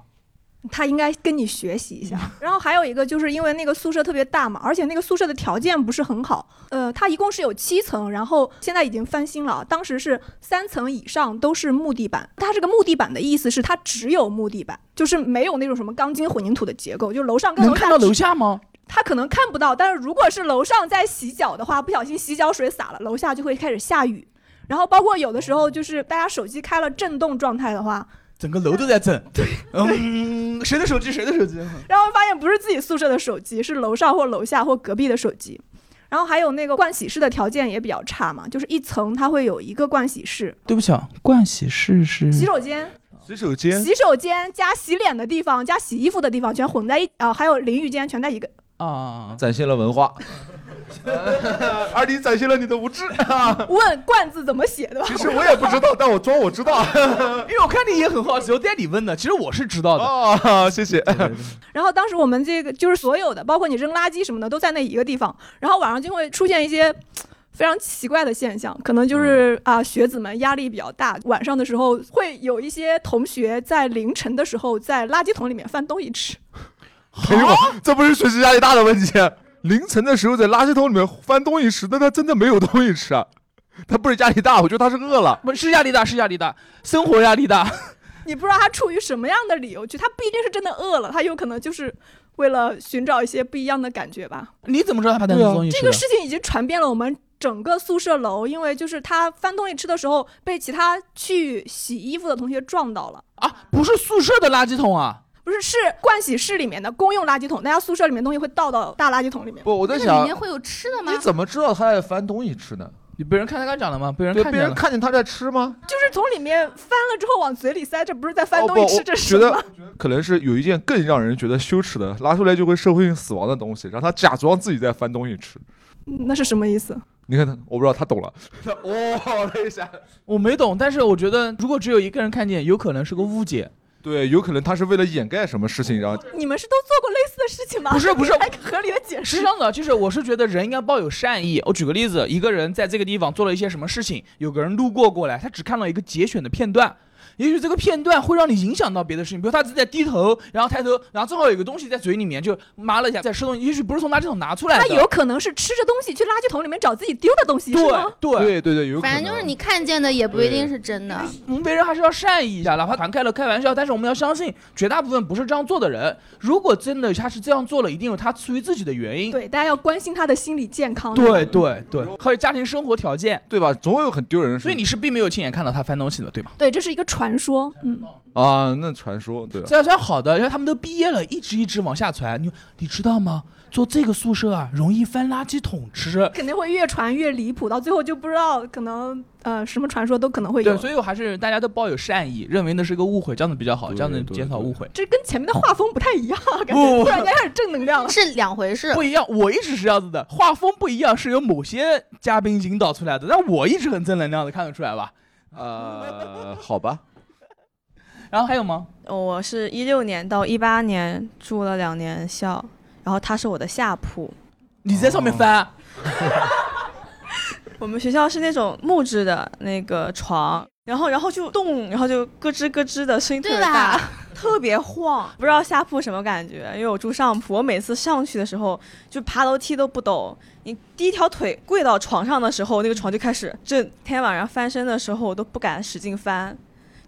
Speaker 3: 他应该跟你学习一下。
Speaker 4: 嗯
Speaker 3: 然后还有一个，就是因为那个宿舍特别大嘛，而且那个宿舍的条件不是很好。呃，它一共是有七层，然后现在已经翻新了啊，当时是三层以上都是木地板。它这个木地板的意思是它只有木地板，就是没有那种什么钢筋混凝土的结构，就楼上跟
Speaker 4: 能
Speaker 3: 楼
Speaker 4: 看
Speaker 3: 下
Speaker 4: 到楼下吗？
Speaker 3: 他可能看不到，但是如果是楼上在洗脚的话，不小心洗脚水洒了，楼下就会开始下雨。然后包括有的时候就是大家手机开了震动状态的话，
Speaker 4: 整个楼都在震。对，嗯， 谁的手机？谁的手机？嗯
Speaker 3: 然后发现不是自己宿舍的手机，是楼上或楼下或隔壁的手机。然后还有那个盥洗室的条件也比较差嘛，就是一层它会有一个盥洗室、
Speaker 4: 对不起啊，盥洗室是
Speaker 3: 洗手间、
Speaker 2: 洗手间
Speaker 3: 洗手间加洗脸的地方加洗衣服的地方全混在一啊、还有淋浴间全在一个。
Speaker 4: 啊，
Speaker 2: 展现了文 化，而你展现了你的无知。
Speaker 3: 问“冠”字怎么写对吧？
Speaker 2: 其实我也不知道，但我装我知道。
Speaker 4: 因为我看你也很好奇，我带你问的，其实我是知道 的。
Speaker 2: 哦，谢谢。
Speaker 3: 然后当时我们这个就是所有的，包括你扔垃圾什么的，都在那一个地方。然后晚上就会出现一些非常奇怪的现象，可能就是啊、学子们压力比较大，晚上的时候会有一些同学在凌晨的时候在垃圾桶里面翻东西吃。
Speaker 2: 哎呦，这不是学习压力大的问题。凌晨的时候在垃圾桶里面翻东西吃，但他真的没有东西吃啊。 他不是压力大，我觉得他是饿了。
Speaker 4: 不是压力大，是压力大，生活压力大。
Speaker 3: 你不知道他出于什么样的理由去，他不一定是真的饿了，他有可能就是为了寻找一些不一样的感觉吧。
Speaker 4: 你怎么知道他把那东西吃
Speaker 3: 这
Speaker 4: 的？
Speaker 3: 个事情已经传遍了我们整个宿舍楼，因为就是他翻东西吃的时候被其他去洗衣服的同学撞到了。
Speaker 4: 啊，不是宿舍的垃圾桶啊，
Speaker 3: 不是，是盥洗室里面的公用垃圾桶，大家宿舍里面东西会倒到大垃圾桶里面。
Speaker 2: 不，我
Speaker 5: 那个
Speaker 2: 在
Speaker 5: 里
Speaker 2: 想，
Speaker 5: 面会有吃的吗
Speaker 2: 你？怎么知道他在翻东西吃呢？
Speaker 4: 你被人看他刚讲了吗？被人
Speaker 2: 对，
Speaker 4: 看
Speaker 2: 别
Speaker 4: 见
Speaker 2: 人
Speaker 4: 了。
Speaker 2: 看见他在吃吗？
Speaker 3: 就是从里面翻了之后往嘴里塞，这不是在翻
Speaker 2: 哦
Speaker 3: 东
Speaker 2: 不
Speaker 3: 西吃，
Speaker 2: 我
Speaker 3: 这是
Speaker 2: 觉
Speaker 3: 什
Speaker 2: 得
Speaker 3: 么？
Speaker 2: 可能是有一件更让人觉得羞耻的，拿出来就会社会性死亡的东西，让他假装自己在翻东西吃。
Speaker 3: 嗯那是什么意思？
Speaker 2: 你看他，我不知道他懂了。 哦了一下，
Speaker 4: 我没懂，但是我觉得如果只有一个人看见，有可能是个误解。
Speaker 2: 对，有可能他是为了掩盖什么事情，然后
Speaker 3: 你们是都做过类似的事情吗？
Speaker 4: 不是不是
Speaker 3: 来个合理的解释
Speaker 4: 是这。样的，就是我是觉得人应该抱有善意。我举个例子，一个人在这个地方做了一些什么事情，有个人路过过来，他只看到一个节选的片段，也许这个片段会让你影响到别的事情，比如他自己在低头，然后抬头，然后正好有一个东西在嘴里面，就麻了一下，在吃东西，也许不是从垃圾桶拿出来
Speaker 3: 他
Speaker 4: 的。
Speaker 3: 有可能是吃着东西去垃圾桶里面找自己丢的东西，是吗？
Speaker 4: 对对，
Speaker 2: 对对对，有可能。
Speaker 5: 反正就是你看见的也不一定是真的。
Speaker 4: 我们为人还是要善意一下，哪怕谈开了开玩笑，但是我们要相信绝大部分不是这样做的人。如果真的他是这样做了，一定有他出于自己的原因。
Speaker 3: 对，大家要关心他的心理健康。
Speaker 4: 对对对，还有家庭生活条件。
Speaker 2: 对吧？总有很丢人的事
Speaker 4: 所以
Speaker 2: 情
Speaker 4: 你是并没有亲眼看到他翻东西的，对吧？
Speaker 3: 对，这是一个传说。嗯，
Speaker 2: 啊，那传说对吧
Speaker 4: 这样算好的，因为他们都毕业了，一直一直往下传。你你知道吗？做这个宿舍啊，容易翻垃圾桶吃。
Speaker 3: 肯定会越传越离谱，到最后就不知道可能呃什么传说都可能会有
Speaker 4: 对，。所以我还是大家都抱有善意，认为那是个误会，这样子比较好，
Speaker 2: 对
Speaker 4: 这样子
Speaker 2: 对
Speaker 4: 减少
Speaker 2: 对
Speaker 4: 误会。
Speaker 3: 这跟前面的画风不太一样，感
Speaker 4: 不
Speaker 3: 觉突然间开始正能量了。
Speaker 5: 是两回事
Speaker 4: 不，一样，我一直是这样子的，画风不一样是由某些嘉宾引导出来的，但我一直很正能量的，看得出来吧？
Speaker 2: 呃，好吧，
Speaker 4: 然后还有吗？
Speaker 1: 我是一六年到一八年住了两年校，然后他是我的下铺。
Speaker 4: 你在上面翻，
Speaker 2: 哦
Speaker 1: 我们学校是那种木质的那个床，然后然后就动，然后就咯吱咯吱的声音特别
Speaker 5: 对吧
Speaker 1: 大， 特别晃。不知道下铺什么感觉，因为我住上铺，我每次上去的时候就爬楼梯都不抖。你第一条腿跪到床上的时候，那个床就开始震。天晚上翻身的时候，我都不敢使劲翻，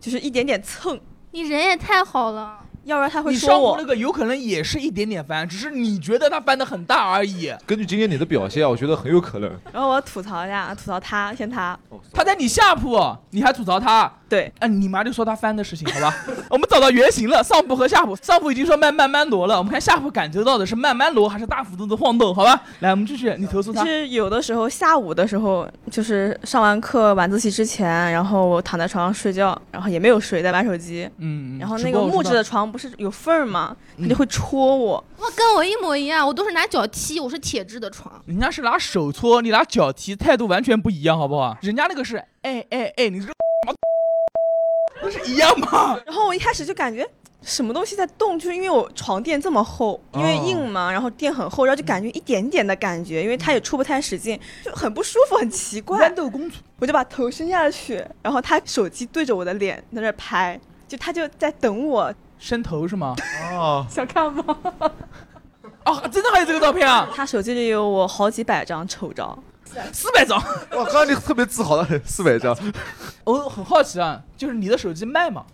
Speaker 1: 就是一点点蹭。
Speaker 5: 你人也太好了。
Speaker 1: 要不然他会
Speaker 4: 你
Speaker 1: 说
Speaker 4: 上铺那
Speaker 1: 我。
Speaker 4: 个有可能也是一点点翻，只是你觉得它翻的很大而已。
Speaker 2: 根据今天你的表现，我觉得很有可能。
Speaker 1: 然后我吐槽一下，吐槽他，先他，
Speaker 4: 他在你下铺，你还吐槽他。
Speaker 1: 对，
Speaker 4: 哎，你妈就说他翻的事情，好吧？ 我们找到原型了，上铺和下铺。上铺已经说慢慢慢挪了，我们看下铺感觉到的是慢慢挪还是大幅度的晃动，好吧？来，我们继续，你投诉他
Speaker 1: 就。是有的时候下午的时候，就是上完课晚自习之前，然后我躺在床上睡觉，然后也没有睡，在玩手机。
Speaker 4: 嗯，
Speaker 1: 然后
Speaker 4: 直
Speaker 1: 那个
Speaker 4: 播我知
Speaker 1: 木质
Speaker 4: 道
Speaker 1: 的床不是有缝儿吗？
Speaker 4: 嗯
Speaker 1: 他就会戳我。
Speaker 5: 我跟我一模一样，我都是拿脚踢，我是铁质的床。
Speaker 4: 人家是拿手搓，你拿脚踢，态度完全不一样，好不好？人家那个是哎哎哎，你这个 不是一样吗？
Speaker 1: 然后我一开始就感觉什么东西在动，就是因为我床垫这么厚，因为
Speaker 4: 哦
Speaker 1: 硬嘛，然后垫很厚，然后就感
Speaker 4: 嗯
Speaker 1: 觉一点点的感觉，因为它也出不太使劲，就很不舒服，很奇怪
Speaker 4: 豌。豆公主，
Speaker 1: 我就把头伸下去，然后他手机对着我的脸在那儿拍，就他就在等我，
Speaker 4: 伸头是吗？
Speaker 2: 啊，
Speaker 3: 想看吗？
Speaker 4: 啊，真的还有这个照片啊，
Speaker 1: 他手机里有我好几百张丑照。
Speaker 4: 四百张。
Speaker 2: 我刚刚你特别自豪 的四百张，
Speaker 4: 我很好奇啊，就是你的手机卖吗？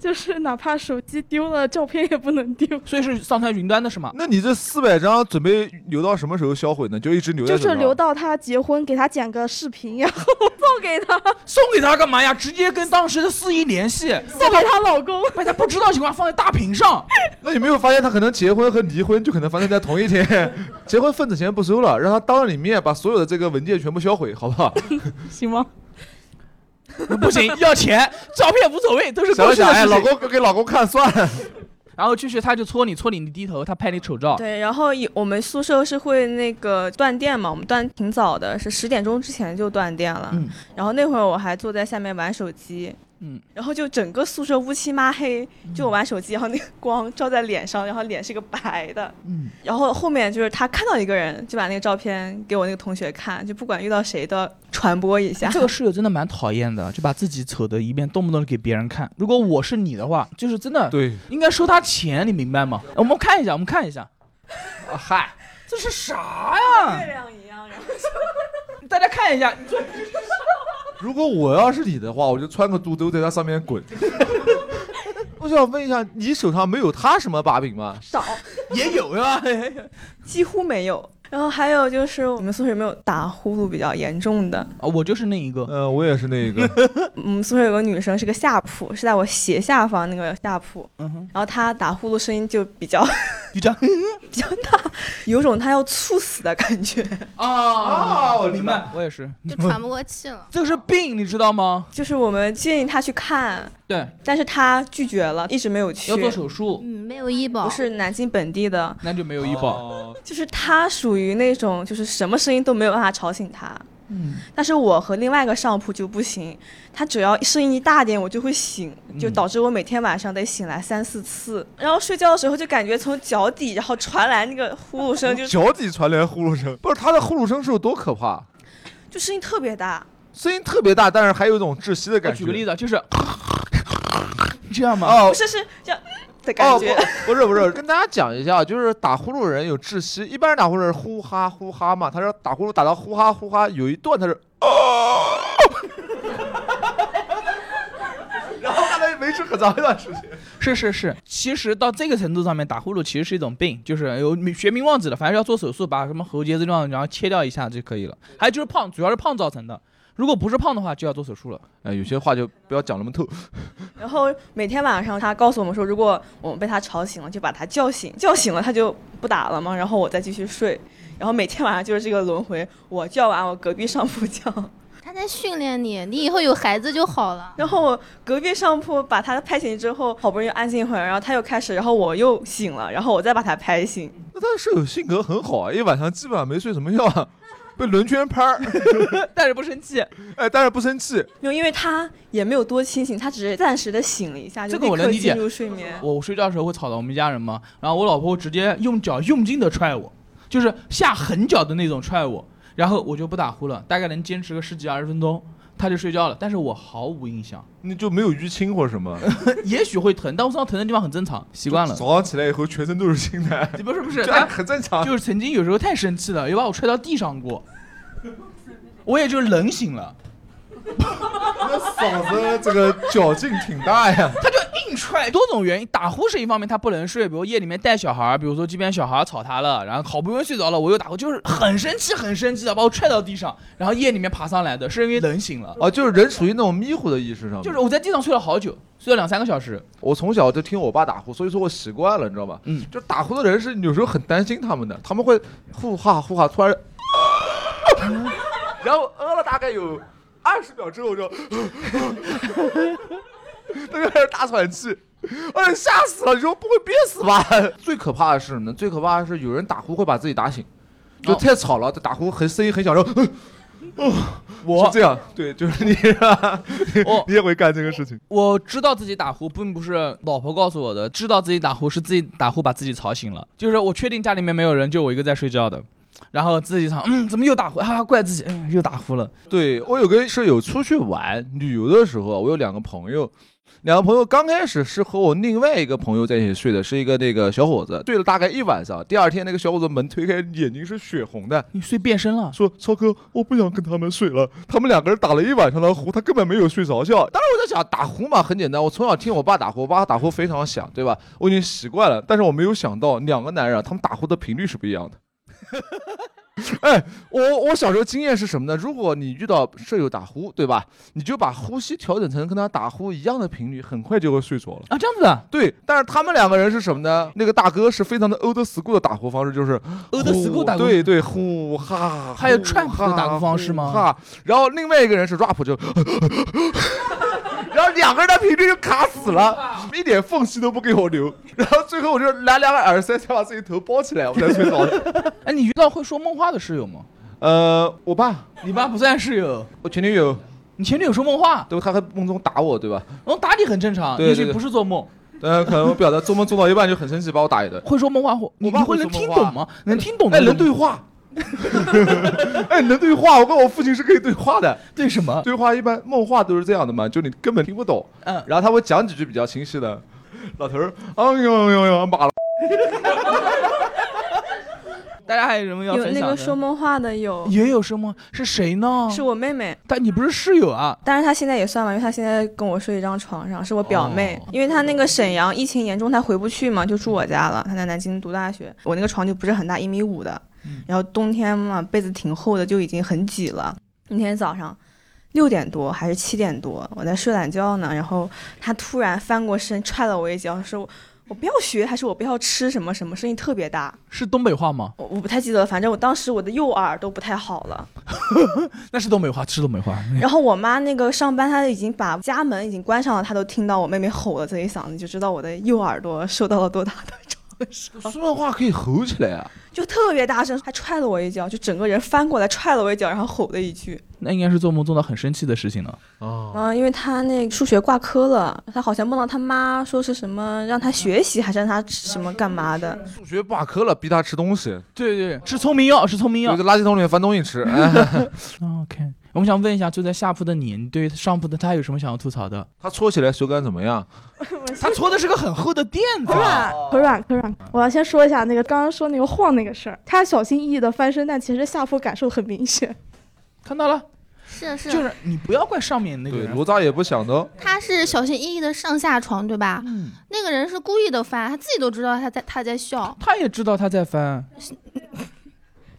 Speaker 6: 就是哪怕手机丢了，照片也不能丢，
Speaker 4: 所以是上传云端的是吗？
Speaker 2: 那你这四百张准备留到什么时候销毁呢？就一直留在啊
Speaker 6: 就
Speaker 2: 手
Speaker 6: 是
Speaker 2: 上
Speaker 6: 留到他结婚，给他剪个视频，然后送给他，
Speaker 4: 送给他干嘛呀？直接跟当时的司仪联系，
Speaker 6: 送给她老公。
Speaker 4: 把他不知道情况放在大屏上。
Speaker 2: 那有没有发现他可能结婚和离婚就可能发生在同一天？结婚份子钱不收了，让他当着你面把所有的这个文件全部销毁，好不好？
Speaker 6: 行吗？
Speaker 4: 不行，要钱，照片无所谓，都是
Speaker 2: 想
Speaker 4: 过
Speaker 2: 了
Speaker 4: 去
Speaker 2: 想，
Speaker 4: 的
Speaker 2: 哎，
Speaker 4: 事
Speaker 2: 老
Speaker 4: 情。
Speaker 2: 公给老公看算了。
Speaker 4: 然后继续，他就戳你，戳你，你低头，他拍你丑照。
Speaker 1: 对，然后有我们宿舍是会那个断电嘛，我们断挺早的，是十点钟之前就断电了。
Speaker 4: 嗯
Speaker 1: 然后那会儿我还坐在下面玩手机，
Speaker 4: 嗯，
Speaker 1: 然后就整个宿舍乌漆嘛黑，就我玩手机，然后那个光照在脸上，然后脸是个白的。
Speaker 4: 嗯，
Speaker 1: 然后后面就是他看到一个人，就把那个照片给我那个同学看，就不管遇到谁都要传播一 下。
Speaker 4: 这个室友真的蛮讨厌的，就把自己丑的一面动不动给别人看。如果我是你的话，就是真的
Speaker 2: 对，
Speaker 4: 应该收他钱，你明白吗？我们看一下，我们看一下。啊嗨，这是啥呀？
Speaker 1: 亮一样，然后
Speaker 4: 大家看一下，
Speaker 2: 如果我要是你的话，我就穿个肚兜在他上面滚。 我想问一下，你手上没有他什么把柄吗？
Speaker 1: 少
Speaker 4: 也有呀。
Speaker 1: 几乎没有。然后还有就是我们宿舍有没有打呼噜比较严重的？
Speaker 4: 啊，我就是那一个，
Speaker 2: 嗯、我也是那一 个。
Speaker 1: 我们嗯宿舍有个女生是个下铺，是在我斜下方那个下铺，
Speaker 4: 嗯哼，
Speaker 1: 然后她打呼噜声音就比较
Speaker 4: 就 这样
Speaker 1: 比较大，有种她要猝死的感觉。
Speaker 4: 啊，我明白，我也是。。
Speaker 5: 就喘不过气了
Speaker 4: 这个是病，你知道吗？
Speaker 1: 就是我们建议她去看，
Speaker 4: 对，
Speaker 1: 但是她拒绝了，一直没有去。
Speaker 4: 要做手术，
Speaker 5: 嗯，没有医保。
Speaker 1: 不是南京本地的，
Speaker 4: 那就没有医保。
Speaker 2: 哦
Speaker 1: 就是她属于那种就是什么声音都没有办法吵醒她。
Speaker 4: 嗯，
Speaker 1: 但是我和另外一个上铺就不行，她只要声音一大点，我就会醒，就
Speaker 4: 嗯
Speaker 1: 导致我每天晚上得醒来三四次。然后睡觉的时候就感觉从脚底然后传来那个呼噜 声，就
Speaker 2: 脚底传来呼噜声，不是他的呼噜声是有多可怕？
Speaker 1: 就声音特别大。
Speaker 2: 声音特别大，但是还有一种窒息的
Speaker 4: 我
Speaker 2: 感觉。
Speaker 4: 举个例子，就是 这样吗？
Speaker 2: 哦
Speaker 1: 不，是是这样的感觉，
Speaker 2: 哦、不不是不是，跟大家讲一下，就是打呼噜人有窒息，一般人打呼噜是呼哈呼哈嘛，他说打呼噜打到呼哈呼哈，有一段他是啊， 然后大概维持很长一段时间。
Speaker 4: 是是是，其实到这个程度上面，打呼噜其实是一种病，就是有学名忘记了，反正要做手术，把什么喉结这地方然后切掉一下就可以了。还有就是胖，主要是胖造成的。如果不是胖的话，就要做手术了。
Speaker 2: 哎，有些话就不要讲那么透。
Speaker 1: 然后每天晚上他告诉我们说，如果我们被他吵醒了，就把他叫醒，叫醒了他就不打了嘛，然后我再继续睡。然后每天晚上就是这个轮回，我叫完我隔壁上铺叫，
Speaker 5: 他在训练你，你以后有孩子就好了。
Speaker 1: 然后我隔壁上铺把他拍醒之后，好不容易安静一会儿，然后他又开始，然后我又醒了，然后我再把他拍醒。
Speaker 2: 那他室友性格很好啊，一晚上基本上没睡什么觉啊，被轮圈拍儿，
Speaker 4: 但是不生气，
Speaker 2: 哎，但是不生气。
Speaker 1: 没有，因为他也没有多清醒，他只是暂时的醒了一下，就
Speaker 4: 这个我
Speaker 1: 立刻
Speaker 4: 能理解
Speaker 1: 进入睡眠。
Speaker 4: 我睡觉的时候会吵到我们家人嘛，然后我老婆直接用脚用劲的踹我，就是下狠脚的那种踹我，然后我就不打呼了，大概能坚持个十几二十分钟，她就睡觉了，但是我毫无印象，呃
Speaker 2: 你就没有淤青或者什么？
Speaker 4: 也许会疼，但我身上疼的地方很正常，习惯了。
Speaker 2: 早上起来以后全身都是青苔，
Speaker 4: 你不是不 是，
Speaker 2: 这
Speaker 4: 她
Speaker 2: 很正常。
Speaker 4: 就是曾经有时候太生气了，也把我踹到地上过，我也就是冷醒了，
Speaker 2: 那嫂子这个脚劲挺大呀。
Speaker 4: 她就硬硬 踹，多种原因，打呼是一方面，他不能睡，比如夜里面带小孩儿，比如说这边小孩儿吵他了，然后好不容易睡着了，我又打呼，就是很生气，很生气的把我踹到地上，然后夜里面爬上来的，是因为冷醒了，
Speaker 2: 啊，就是人处于那种迷糊的意识上面。
Speaker 4: 就是我在地上睡了好久，睡了两三个小时，
Speaker 2: 我从小就听我爸打呼，所以说我习惯了，你知道吧？
Speaker 4: 嗯，
Speaker 2: 就打呼的人是有时候很担心他们的，他们会呼哈呼哈， 突然，然后呃了大概有二十秒之后就， 他就开始大喘气。哎，吓死了！你说不会憋死吧？最可怕的是什么呢？最可怕的是有人打呼会把自己打醒，就
Speaker 4: 哦
Speaker 2: 太吵了，他打呼很声音很小，然后， 呃
Speaker 4: 我
Speaker 2: 是这样，对，就是你， 是吧
Speaker 4: 我
Speaker 2: 你也会干这个事情。
Speaker 4: 我知道自己打呼，并不是老婆告诉我的，知道自己打呼是自己打呼把自己吵醒了，就是我确定家里面没有人，就我一个在睡觉的，然后自己想，嗯，怎么又打呼啊？怪自己，嗯，又打呼了。
Speaker 2: 对我有个舍友出去玩旅游的时候，我有两个朋友，两个朋友刚开始是和我另外一个朋友在一起睡的，是一个那个小伙子，睡了大概一晚上。第二天那个小伙子门推开，眼睛是血红的，
Speaker 4: 你睡变身了？
Speaker 2: 说：“超哥，我不想跟他们睡了。”他们两个人打了一晚上的呼，他根本没有睡着觉。当时我在想，打呼嘛，很简单，我从小听我爸打呼，我爸打呼非常响，对吧？我已经习惯了，但是我没有想到两个男人啊，他们打呼的频率是不一样的。 哎，我我小时候经验是什么呢？如果你遇到舍友打呼，对吧？你就把呼吸调整成跟他打呼一样的频率，很快就会睡着了。
Speaker 4: 啊，这样子的，
Speaker 2: 对，但是他们两个人是什么呢？那个大哥是非常的 old school 的打呼方式，就是
Speaker 4: old school
Speaker 2: 呼
Speaker 4: 打呼
Speaker 2: 哦对对，呼哈，
Speaker 4: 还有
Speaker 2: 呼
Speaker 4: trap 的打呼方式吗
Speaker 2: 哈，呼哈然后另外一个人是 rap 就， 然后两个人的频率就卡死了，一点缝隙都不给我留，然后最后我就拿两个耳塞才把自己头包起来，我才睡着的。
Speaker 4: 哎，你遇到会说梦话的室友吗？
Speaker 2: 呃，我爸，
Speaker 4: 你爸不算室友，
Speaker 2: 我前女友，
Speaker 4: 你前女友说梦话，
Speaker 2: 对，他还梦中打我，对吧？
Speaker 4: 然后打你很正常，
Speaker 2: 对
Speaker 4: 也
Speaker 2: 对
Speaker 4: 许
Speaker 2: 对
Speaker 4: 不是做梦，
Speaker 2: 呃，可能我表达做梦做到一半就很生气，把我打一顿。
Speaker 4: 会说梦话，会你
Speaker 2: 爸
Speaker 4: 你
Speaker 2: 会说
Speaker 4: 会能听
Speaker 2: 梦话
Speaker 4: 懂吗？能听懂的
Speaker 2: 哎，
Speaker 4: 那
Speaker 2: 能
Speaker 4: 种
Speaker 2: 对话。 哎，能对话，我跟我父亲是可以对话的。
Speaker 4: 对什么？
Speaker 2: 对话一般梦话都是这样的嘛，就你根本听不懂，
Speaker 4: 嗯，
Speaker 2: 然后他会讲几句比较清晰的。老头儿，哎呦呦呦呦，马了，
Speaker 4: 大家还有什么要
Speaker 1: 有
Speaker 4: 分
Speaker 1: 那
Speaker 4: 享
Speaker 1: 个说
Speaker 4: 的？哦
Speaker 1: 梦话的有，
Speaker 4: 也有什么？是谁呢？
Speaker 1: 是我妹妹，
Speaker 4: 但你不是室友啊？
Speaker 1: 但是她现在也算嘛，因为她现在跟我睡一张床上，是我表妹
Speaker 4: 哦。
Speaker 1: 因为她那个沈阳疫情严重，她回不去嘛，就住我家了。她在南京读大学，我那个床就不是很大，一米五的，然后冬天嘛，被子挺厚的，就已经很挤了。那天早上。六点多还是七点多，我在睡懒觉呢，然后她突然翻过身踹了我一脚，说我我不要学，还是我不要吃什么什么，声音特别大，
Speaker 4: 是东北话吗？
Speaker 1: 我我不太记得了，反正我当时我的右耳都不太好了。
Speaker 4: 那是东北话，是东北话。
Speaker 1: 然后我妈那个上班，她已经把家门已经关上了，她都听到我妹妹吼了这一嗓子，就知道我的右耳朵受到了多大的创伤，
Speaker 2: 说的话可以吼起来啊！
Speaker 1: 就特别大声，还踹了我一脚，就整个人翻过来踹了我一脚，然后吼了一 句。
Speaker 4: 那应该是做梦做到很生气的事情了。
Speaker 2: 啊，
Speaker 1: 嗯，因为她那数学挂科了，她好像梦到她妈说是什么让她学习，还是让她什么干嘛的。
Speaker 2: 数学挂科了，逼他吃东西，
Speaker 4: 对对，吃聪明药，吃聪明
Speaker 2: 就
Speaker 4: 药
Speaker 2: 在。垃圾桶里面翻东西吃。哎
Speaker 4: OK，我们想问一下，就在下铺的你，你对上铺的他有什么想要吐槽的？
Speaker 2: 他搓起来手感怎么样？
Speaker 4: 他搓的是个很厚的垫子啊
Speaker 6: 可。软，可软，
Speaker 4: 哦
Speaker 6: 可软。我要先说一下那个刚刚说那个晃那个事儿，他小心翼翼的翻身，但其实下腹感受很明显。
Speaker 4: 看到了，
Speaker 5: 是是，
Speaker 4: 就是你不要怪上面那个
Speaker 2: 对，
Speaker 4: 人。
Speaker 2: 罗扎也不想的，
Speaker 5: 他是小心翼翼的上下床，对吧？
Speaker 4: 嗯
Speaker 5: 那个人是故意的翻，他自己都知道他在他在笑。
Speaker 4: 他也知道他在翻，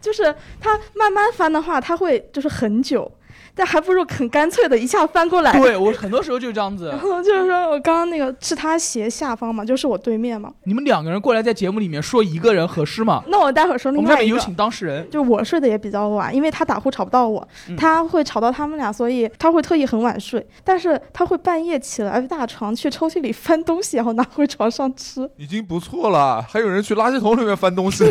Speaker 6: 就是他慢慢翻的话，他会就是很久，但还不如很干脆的一下翻过来。
Speaker 4: 对我很多时候就是这样子
Speaker 6: 然。后就是说我刚刚那个是他斜下方嘛，就是我对面嘛。
Speaker 4: 你们两个人过来在节目里面说一个人合适吗？
Speaker 6: 那我待会儿说
Speaker 4: 我
Speaker 6: 另
Speaker 4: 们下
Speaker 6: 外
Speaker 4: 面
Speaker 6: 一
Speaker 4: 有
Speaker 6: 个。
Speaker 4: 请当事人。
Speaker 6: 就我睡得也比较晚，因为他打呼吵不到我，
Speaker 4: 嗯
Speaker 6: 他会吵到他们俩，所以他会特意很晚睡。但是他会半夜起来大床去抽屉里翻东西，然后拿回床上吃。
Speaker 2: 已经不错了。还有人去垃圾桶里面翻东 西，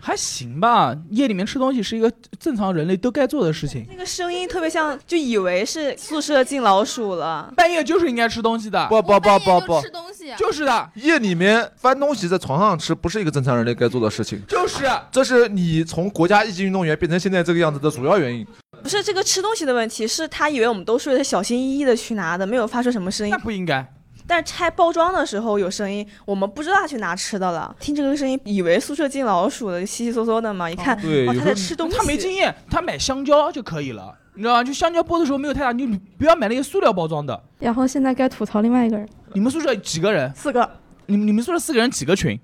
Speaker 4: 还行吧，夜里面吃东西是一个正常人类都该做的事情。
Speaker 1: 那个声音特别像，就以为是宿舍进老鼠了。
Speaker 4: 半夜就是应该吃东西的，
Speaker 2: 不不
Speaker 5: 我
Speaker 2: 不
Speaker 5: 半
Speaker 2: 不
Speaker 5: 夜就
Speaker 2: 不
Speaker 5: 吃，东西，
Speaker 4: 就是的，
Speaker 2: 夜里面翻东西在床上吃不是一个正常人类该做的事情。
Speaker 4: 就是
Speaker 2: 这是你从国家一级运动员变成现在这个样子的主要原因。
Speaker 1: 不是这个吃东西的问题，是他以为我们都睡得小心翼翼的去拿的，没有发出什么声音
Speaker 4: 那。不应该。
Speaker 1: 但是拆包装的时候有声音，我们不知道他去拿吃的了，听这个声音以为宿舍进老鼠了，稀稀嗦嗦的嘛，一看，哦，
Speaker 2: 对，有时
Speaker 1: 他
Speaker 2: 候
Speaker 1: 在吃东西，
Speaker 4: 他没经验，他买香蕉就可以了，你知道吗？就香蕉剥的时候没有太大，你就不要买那些塑料包装的。
Speaker 6: 然后现在该吐槽另外一个人，
Speaker 4: 你们宿舍几个人？
Speaker 6: 四个
Speaker 4: 你们你们宿舍四个人几个群？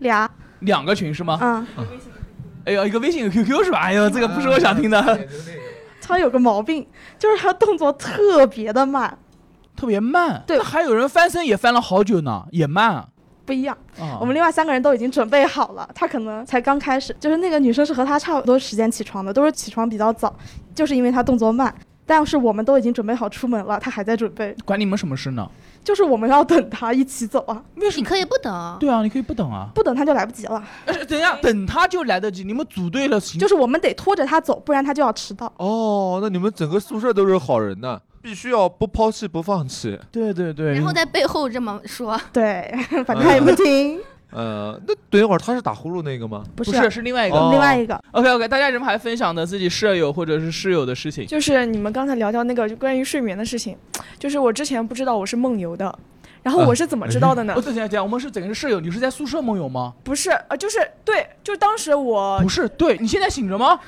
Speaker 6: 俩，
Speaker 4: 两个群是
Speaker 3: 啊
Speaker 4: 吗？
Speaker 6: 嗯，
Speaker 4: 哎呦，一个微信，一个 QQ 是吧？哎呦，这个不是我想听的，
Speaker 6: 他有个毛病，就是他动作特别的慢，
Speaker 4: 特别慢。
Speaker 6: 对
Speaker 4: 那还有人翻身也翻了好久呢，也慢啊。
Speaker 6: 不一样。
Speaker 4: 啊
Speaker 6: 我们另外三个人都已经准备好了，他可能才刚开始。就是那个女生是和他差不多时间起床的，都是起床比较早，就是因为他动作慢。但是我们都已经准备好出门了，他还在准备，
Speaker 4: 管你们什么事呢？
Speaker 6: 就是我们要等他一起走 啊，
Speaker 4: 为
Speaker 5: 你可以不等，
Speaker 4: 对啊，你可以不等啊。
Speaker 6: 不等他就来不及了。
Speaker 4: 哎等一下，等他就来得及。你们组队了，行
Speaker 6: 就是我们得拖着他走，不然他就要迟到。
Speaker 2: 哦，那你们整个宿舍都是好人呢，必须要不抛弃不放弃。
Speaker 4: 对对对。
Speaker 5: 然后在背后这么说，
Speaker 6: 嗯对， 反正他也不听。
Speaker 2: 呃，那等一会儿他是打呼噜那个吗？
Speaker 6: 不
Speaker 4: 不
Speaker 6: 是，
Speaker 4: 是是另外一个。
Speaker 2: 哦
Speaker 6: 另外一个，
Speaker 4: OK OK，大家有什么还分享的自己舍友或者是室友的事情？
Speaker 7: 就是你们刚才聊到那个就关于睡眠的事情，就是我之前不知道我是梦游的，然后我是怎么知道的呢？
Speaker 4: 我等一下，等一下，我们是整个是舍友，你是在宿舍梦游吗？
Speaker 7: 不是啊，就是对，就当时我
Speaker 1: 哦
Speaker 4: 不是，对你现在醒着吗？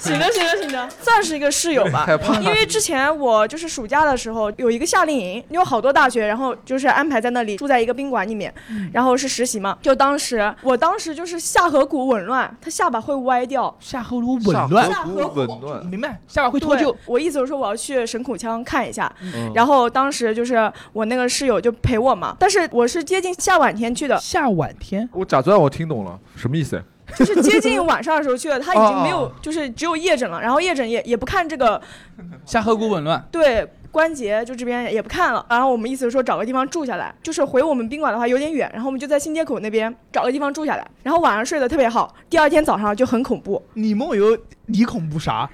Speaker 7: 醒着醒着醒着，算是一个室友吧。
Speaker 2: 害 怕
Speaker 7: 因为之前我就是暑假的时候有一个夏令营，有好多大学，然后就是安排在那里住在一个宾馆里面，
Speaker 2: 嗯
Speaker 7: 然后是实习嘛。就当时我当时就是下颌骨紊乱，他下巴会歪掉。
Speaker 4: 下颌骨紊乱，
Speaker 2: 下颌骨紊乱。
Speaker 4: 明白？下巴会
Speaker 7: 对
Speaker 4: 脱臼。
Speaker 7: 我意思是说我要去省口腔看一下，
Speaker 2: 嗯
Speaker 7: 然后当时就是我那个室友就陪我嘛，但是我是接近下晚天去的，
Speaker 4: 下晚天，
Speaker 2: 我假装我听懂了，什么意思？
Speaker 7: 就是接近晚上的时候去的，他已经没
Speaker 2: 哦
Speaker 7: 有
Speaker 2: 哦，
Speaker 7: 就是只有夜诊了，然后夜诊也也不看这个
Speaker 4: 下颌骨紊乱。
Speaker 7: 对。关节就这边也不看了，然后我们意思是说找个地方住下来，就是回我们宾馆的话有点远，然后我们就在新街口那边找个地方住下来，然后晚上睡得特别好，第二天早上就很恐怖，
Speaker 4: 你梦游，你恐怖啥？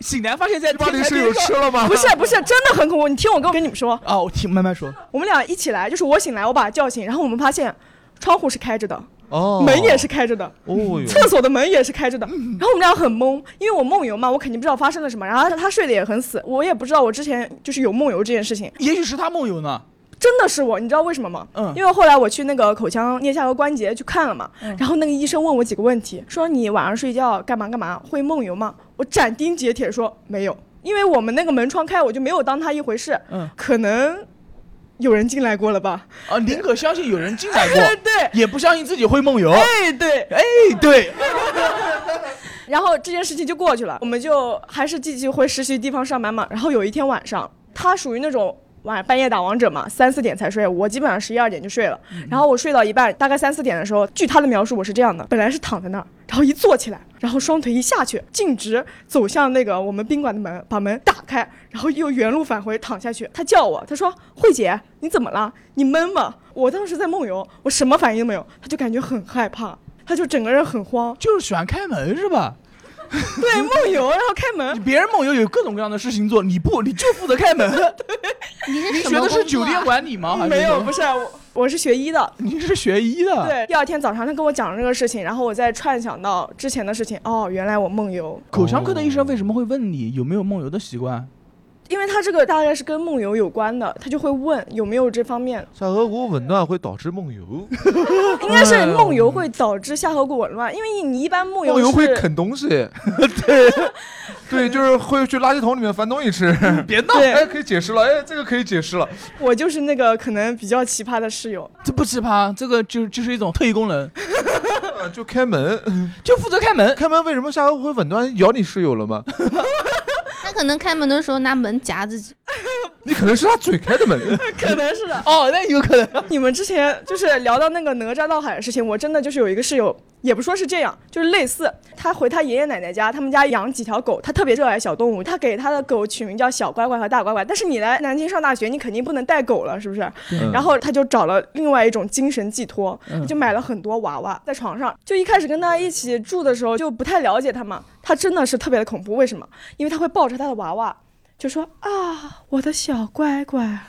Speaker 4: 醒来发现在
Speaker 2: 把
Speaker 4: 天
Speaker 2: 你
Speaker 4: 台
Speaker 2: 室
Speaker 4: 边
Speaker 2: 友
Speaker 4: 上。
Speaker 2: 吃了吗？
Speaker 7: 不是不是真的很恐怖，你听我跟跟你们说，
Speaker 4: 哦，我听慢慢说。
Speaker 7: 我们俩一起来，就是我醒来我把他叫醒，然后我们发现窗户是开着的，
Speaker 2: 哦，
Speaker 7: 门也是。开着的，
Speaker 2: 哦哟，
Speaker 7: 厕所的门也是开着的，然后我们俩很懵，因为我梦游嘛，我肯定不知道发生了什么。然后他他睡得也很死，我也不知道我之前就是有梦游这件事情，
Speaker 4: 也许是他梦游呢。
Speaker 7: 真的是我，你知道为什么吗？
Speaker 4: 嗯
Speaker 7: 因为后来我去那个口腔颞下颌关节去看了嘛，然后那个医生问我几个问题，说你晚上睡觉干嘛干嘛会梦游吗？我斩钉截铁说没有，因为我们那个门窗开，我就没有当他一回事，
Speaker 4: 嗯
Speaker 7: 可能有人进来过了吧？哦
Speaker 4: 啊，宁可相信有人进来
Speaker 7: 对
Speaker 4: 过，
Speaker 7: 对
Speaker 4: 也不相信自己会梦游。
Speaker 7: 对 对，
Speaker 4: 哎，对，
Speaker 7: 然后这件事情就过去了，我们就还是继续回实习地方上班嘛。然后有一天晚上，他属于那种晚半夜打王者嘛，三四点才睡，我基本上十一二点就睡了。然后我睡到一半，大概三四点的时候，据他的描述，我是这样的：本来是躺在那儿，然后一坐起来，然后双腿一下去，径直走向那个我们宾馆的门，把门打开，然后又原路返回躺下去。他叫我，他说：“慧姐，你怎么了？你闷吗？”我当时在梦游，我什么反应都没有，他就感觉很害怕，他就整个人很慌。
Speaker 4: 就是喜欢开门是吧？
Speaker 7: 对，梦游，然后开门
Speaker 4: 你，别人梦游有各种各样的事情做，你不，你就负责开门。
Speaker 5: 你是
Speaker 4: 你
Speaker 5: 什
Speaker 4: 学
Speaker 5: 么
Speaker 4: 的是
Speaker 5: 工
Speaker 4: 酒
Speaker 5: 作啊
Speaker 4: 店管理吗？还是
Speaker 7: 没
Speaker 4: 什
Speaker 7: 有，
Speaker 4: 么
Speaker 7: 不是啊我，我是学医的。
Speaker 4: 你是学医的。，
Speaker 7: 对，第二天早上他跟我讲了这个事情，然后我再串想到之前的事情，哦，原来我梦游，
Speaker 4: 口腔科的医生为什么会问你有没有梦游的习惯？
Speaker 7: 因为他这个大概是跟梦游有关的，他就会问有没有这方面，
Speaker 2: 下颌骨紊乱会导致梦游，
Speaker 7: 应该是梦游会导致下颌骨紊乱，因为你一般梦游
Speaker 2: 梦游会
Speaker 7: 是
Speaker 2: 啃东西，对，对，就是会去垃圾桶里面翻东西吃。
Speaker 4: 别闹
Speaker 7: 对
Speaker 2: 哎，可以解释了，哎，这个可以解释了。
Speaker 7: 我就是那个可能比较奇葩的室友，
Speaker 4: 这不奇葩，这个就就是一种特异功能，
Speaker 2: 呃就开门，
Speaker 4: 就负责开门。
Speaker 2: 开门为什么下颌骨会紊乱？咬你室友了吗？
Speaker 5: 他可能开门的时候拿门夹自己，
Speaker 2: 你可能是他嘴开的门。
Speaker 1: 哎
Speaker 7: 可能是的。
Speaker 4: 哦，那有可能。
Speaker 7: 你们之前就是聊到那个哪吒闹海的事情，我真的就是有一个室友，也不说是这样，就是类似，他回他爷爷奶奶家，他们家养几条狗，他特别热爱小动物，他给他的狗取名叫小乖乖和大乖乖。但是你来南京上大学，你肯定不能带狗了，是不是？然后他就找了另外一种精神寄托，
Speaker 4: 嗯
Speaker 7: 就买了很多娃娃在床上。就一开始跟他一起住的时候，就不太了解他嘛，他真的是特别的恐怖。为什么？因为他会抱着他的娃娃，就说啊，我的小乖乖，啊，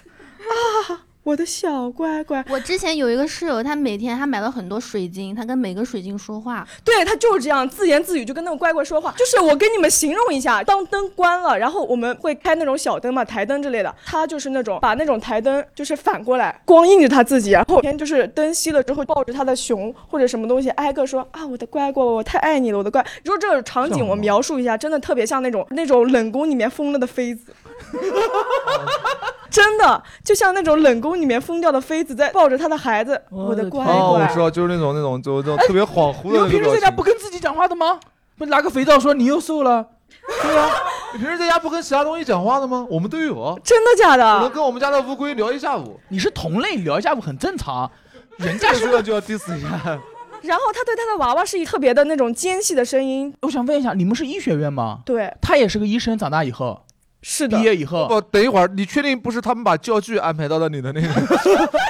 Speaker 7: 我的小乖乖。
Speaker 5: 我之前有一个室友，他每天他买了很多水晶，他跟每个水晶说话，
Speaker 7: 对他就是这样自言自语，就跟那个乖乖说话。就是我跟你们形容一下，当灯关了，然后我们会开那种小灯嘛，台灯之类的。他就是那种把那种台灯就是反过来光映着他自己，然后天就是灯熄了之后，抱着他的熊或者什么东西，挨个说啊，我的乖乖，我太爱你了，我的乖。你说这个场
Speaker 2: 像
Speaker 7: 景
Speaker 2: 吗
Speaker 7: 我描述一下，真的特别像那种那种冷宫里面疯了的妃子。真的就像那种冷宫里面疯掉的妃子在抱着她的孩子，我的乖
Speaker 2: 哦，我知
Speaker 7: 乖。
Speaker 2: 道，就是那种那种，就那种特别恍惚
Speaker 4: 你
Speaker 2: 的
Speaker 4: 们
Speaker 2: 那
Speaker 4: 平时
Speaker 2: 种表
Speaker 4: 在家
Speaker 2: 情
Speaker 4: 不。跟自己讲话的吗？不拿个肥皂说你又瘦了，
Speaker 2: 对呀，你平时在家不跟其他东西讲话的吗？我们都有啊，
Speaker 7: 真的假
Speaker 2: 我能
Speaker 7: 的？
Speaker 2: 跟我们家的乌龟聊一下午。
Speaker 4: 你是同类聊一下不很正常？人
Speaker 2: 这
Speaker 4: 家
Speaker 2: 个
Speaker 4: 是
Speaker 2: 这个就要 diss 一 下，
Speaker 7: 然后他对他的娃娃是以特别的那种尖细的声音，
Speaker 4: 我想问一下，你们是医学院吗？
Speaker 7: 对，
Speaker 4: 他也是个医生，长大以后，
Speaker 7: 是的
Speaker 4: 毕，业以后，
Speaker 2: 不，哦等一会儿，你确定不是他们把教具安排到了你的那 个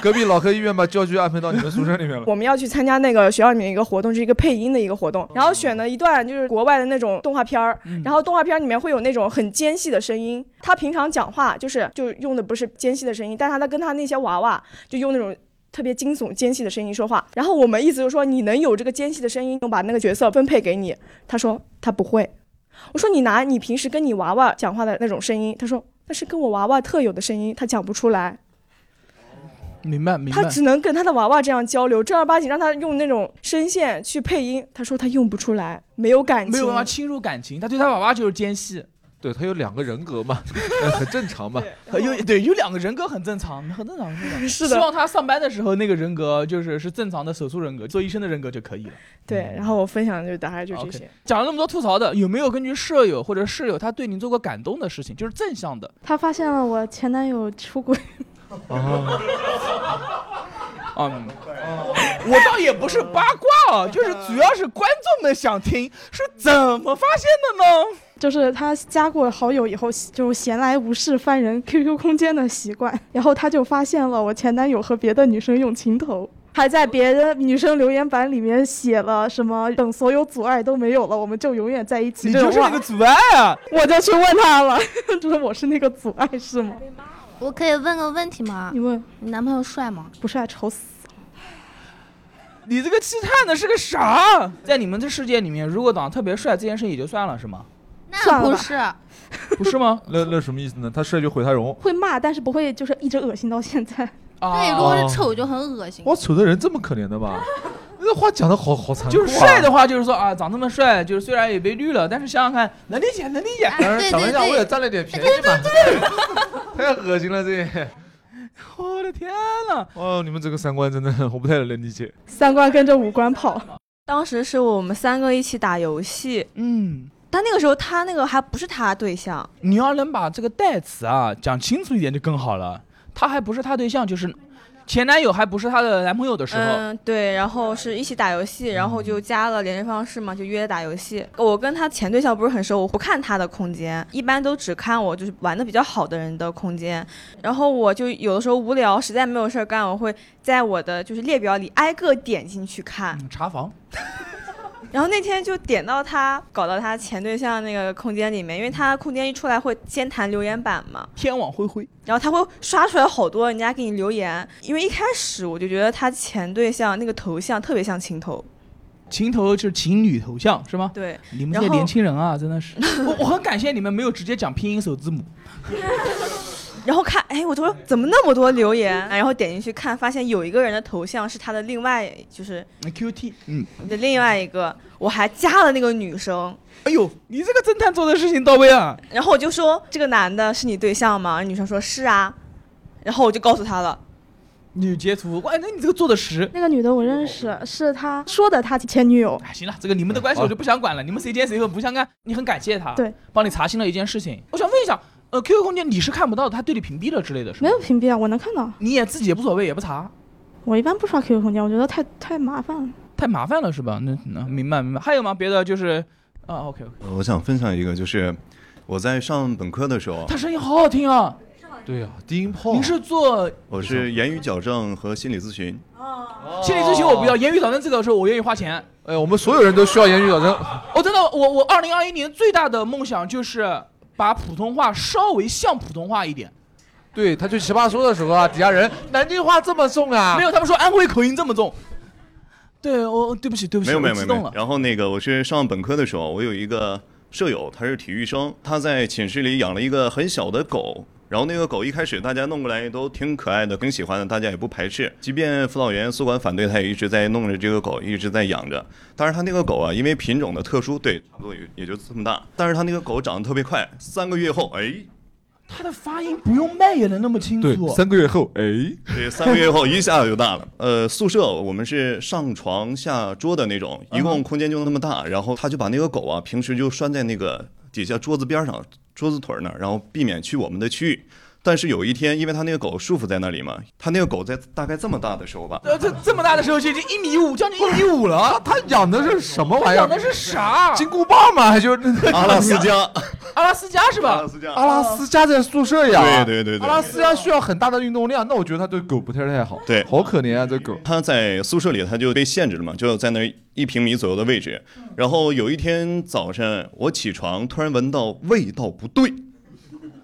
Speaker 2: 隔壁老科医院把教具安排到你们宿舍里面了？
Speaker 7: 我们要去参加那个学校里面一个活动，是一个配音的一个活动，然后选了一段就是国外的那种动画片儿，
Speaker 4: 嗯
Speaker 7: 然后动画片儿里面会有那种很尖细的声音。他平常讲话就是就用的不是尖细的声音，但他他跟他那些娃娃就用那种。特别惊悚、尖细的声音说话，然后我们意思就是说，你能有这个尖细的声音，我把那个角色分配给你。他说他不会，我说你拿你平时跟你娃娃讲话的那种声音，他说那是跟我娃娃特有的声音，他讲不出来。
Speaker 4: 明白明白
Speaker 7: 他。只能跟他的娃娃这样交流，正儿八经让他用那种声线去配音，他说他用不出来，没有感情。
Speaker 4: 没有办法侵入感情，他对他娃娃就是奸细，
Speaker 2: 对他有两个人格嘛， 呃很正常嘛。
Speaker 7: 对然后
Speaker 4: 呃有对有两个人格很正常，很正常，很正 常。
Speaker 7: 是
Speaker 4: 希
Speaker 7: 的，
Speaker 4: 望他上班的时候那个人格就是是正常的手术人格，做医生的人格就可以了。
Speaker 7: 对。然后我分享的就大概就这些。
Speaker 4: 讲了那么多吐槽的，有没有根据舍友或者室友他对你做过感动的事情，就是正向的？
Speaker 6: 他发现了我前男友出轨，
Speaker 2: 啊，
Speaker 4: 嗯，我倒也不是八卦啊，就是主要是观众们想听是怎么发现的呢？
Speaker 6: 就是他加过好友以后，就闲来无事翻人 QQ 空间的习惯，然后他就发现了我前男友和别的女生用情头。还在别人女生留言板里面写了什么“等所有阻碍都没有了，我们就永远在一起”
Speaker 4: 你
Speaker 6: 这种
Speaker 4: 就是
Speaker 6: 话
Speaker 4: 那个阻碍啊！
Speaker 6: 我就去问他了， 就是我是那个阻碍是吗？
Speaker 5: 我可以问个问题吗
Speaker 6: 你？问
Speaker 5: 你男朋友帅吗？
Speaker 6: 不帅丑死，
Speaker 4: 你这个气探的是个啥？在你们这世界里面，如果长得特别帅，这件事也就算了是吗？
Speaker 5: 那
Speaker 6: 算了
Speaker 5: 不
Speaker 6: 吧
Speaker 5: 是，
Speaker 4: 不是吗？
Speaker 2: 那那什么意思呢？他帅就毁他容。
Speaker 6: 会骂，但是不会就是一直恶心到现在。
Speaker 4: 啊，
Speaker 5: 对，如果
Speaker 2: 哦
Speaker 5: 是丑就很恶心。
Speaker 2: 哇，丑的人这么可怜的 吧？那话讲的好好残酷、啊。
Speaker 4: 就是帅的话，就是说啊，长那么帅，就是虽然也被绿了，但是想想看，能理解，能理解。
Speaker 5: 哎对
Speaker 2: 讲
Speaker 5: 对
Speaker 2: 一下，我也
Speaker 5: 对，
Speaker 2: 占了点便宜嘛。 太恶心了这！
Speaker 4: 我的天呐！
Speaker 2: 哦，你们这个三观真的我不太能理解。
Speaker 6: 三观跟着五官跑，
Speaker 1: 当时是我们三个一起打游戏，
Speaker 4: 嗯，
Speaker 1: 但那个时候他那个还不是他对象，
Speaker 4: 你要能把这个代词啊讲清楚一点就更好了。他还不是他对象，就是前男友还不是他的男朋友的时候，嗯
Speaker 1: 嗯，对，然后是一起打游戏，然后就加了联系方式嘛，就约打游戏。我跟他前对象不是很熟，我不看他的空间，一般都只看我就是玩的比较好的人的空间。然后我就有的时候无聊，实在没有事儿干，我会在我的就是列表里挨个点进去看。
Speaker 4: 嗯查房。
Speaker 1: 然后那天就点到他，搞到他前对象那个空间里面，因为他空间一出来会先弹留言板嘛，
Speaker 4: 天网恢恢，
Speaker 1: 然后他会刷出来好多人家给你留言，因为一开始我就觉得他前对象那个头像特别像情头，
Speaker 4: 情头就是情侣头像是吗？
Speaker 1: 对，
Speaker 4: 你们
Speaker 1: 然
Speaker 4: 这些
Speaker 1: 后
Speaker 4: 年轻人啊，真的是，我我很感谢你们没有直接讲拼音首字母。
Speaker 1: 然后看，哎，我就说怎么那么多留言，然后点进去看，哎发现有一个人的头像是他的另外就是
Speaker 4: 嗯 QT，嗯，
Speaker 1: 另外一个，我还加了那个女生，
Speaker 4: 哎呦，你这个侦探做的事情到位啊！
Speaker 1: 然后我就说这个男的是你对象吗？女生说是啊，然后我就告诉他了，
Speaker 4: 女截图，哇，那你这个做的实。
Speaker 6: 那个女的我认识，是他说的他前女友，
Speaker 4: 哎，行了，这个你
Speaker 8: 嗯
Speaker 4: 们的关系我就不想管了，你们谁奸谁恶不相干，你很感谢他，
Speaker 6: 对，
Speaker 4: 帮你查清了一件事情。我想问一下，呃，QQ 空间你是看不到的，他对你屏蔽了之类的，是
Speaker 6: 没
Speaker 4: 吗
Speaker 6: 有，屏蔽啊，我能看到。
Speaker 4: 你也自己也无所谓，也不查，
Speaker 6: 我一般不刷 QQ 空间，我觉得太太麻烦了。
Speaker 4: 太麻烦了是吧？那那明白明白。还有吗？别的就是，啊，OK OK，
Speaker 8: 呃我想分享一个，就是我在上本科的时候
Speaker 4: 他，声音好好听啊！
Speaker 2: 对呀、低音炮。
Speaker 4: 您是做
Speaker 8: 我是言语矫正和心理咨询。哦
Speaker 4: 心理咨询我不要，言语矫正这个时候我愿意花钱。
Speaker 2: 哎，我们所有人都需要言语矫正。
Speaker 4: 我真的，我我二零二一年最大的梦想就是把普通话稍微像普通话一点。
Speaker 2: 对，他去奇葩说的时候啊，底下人南京话这么重啊
Speaker 4: 没。有，他们说安徽口音这么重。对，我对不起，对不起，
Speaker 8: 没有没有
Speaker 4: 我
Speaker 8: 没有
Speaker 4: 激动
Speaker 8: 没
Speaker 4: 了
Speaker 8: 有。。然后那个我是上本科的时候，我有一个舍友，他是体育生，他在寝室里养了一个很小的狗。然后那个狗一开始大家弄过来都挺可爱的，挺喜欢的，大家也不排斥。即便辅导员、宿管反对，他也一直在弄着这个狗，一直在养着。但是他那个狗啊，因为品种的特殊，对，差不多也也就这么大。但是他那个狗长得特别快，三个月后，哎，
Speaker 4: 他的发音不用麦也能那么清
Speaker 2: 对，
Speaker 4: 楚。
Speaker 2: 三个月后，哎，
Speaker 8: 对，三个月后一下就大了。呃，宿舍我们是上床下桌的那种，
Speaker 2: 嗯
Speaker 8: 一共空间就那么大。然后他就把那个狗啊，平时就拴在那个底下桌子边上、桌子腿儿那儿，然后避免去我们的区域。但是有一天，因为他那个狗束缚在那里嘛，他那个狗在大概这么大的时候吧，
Speaker 4: 呃，这这么大的时候就已经一米五，将近一米五了。
Speaker 2: 他养的是什么玩意
Speaker 4: 养
Speaker 2: 儿？
Speaker 4: 的是啥？
Speaker 2: 金箍棒吗？还就
Speaker 8: 阿拉斯加，
Speaker 4: 阿拉斯加是
Speaker 8: 阿
Speaker 4: 吧
Speaker 8: 拉？斯加，
Speaker 2: 阿拉斯加在宿舍养，
Speaker 8: 对对对对
Speaker 2: 阿拉斯加需要很大的运动量，那我觉得他对狗不太太好，
Speaker 8: 对
Speaker 2: 好可怜啊，这狗。
Speaker 8: 他在宿舍里他就被限制了嘛，就在那一平米左右的位置。
Speaker 2: 嗯
Speaker 8: 然后有一天早上我起床，突然闻到味道不对，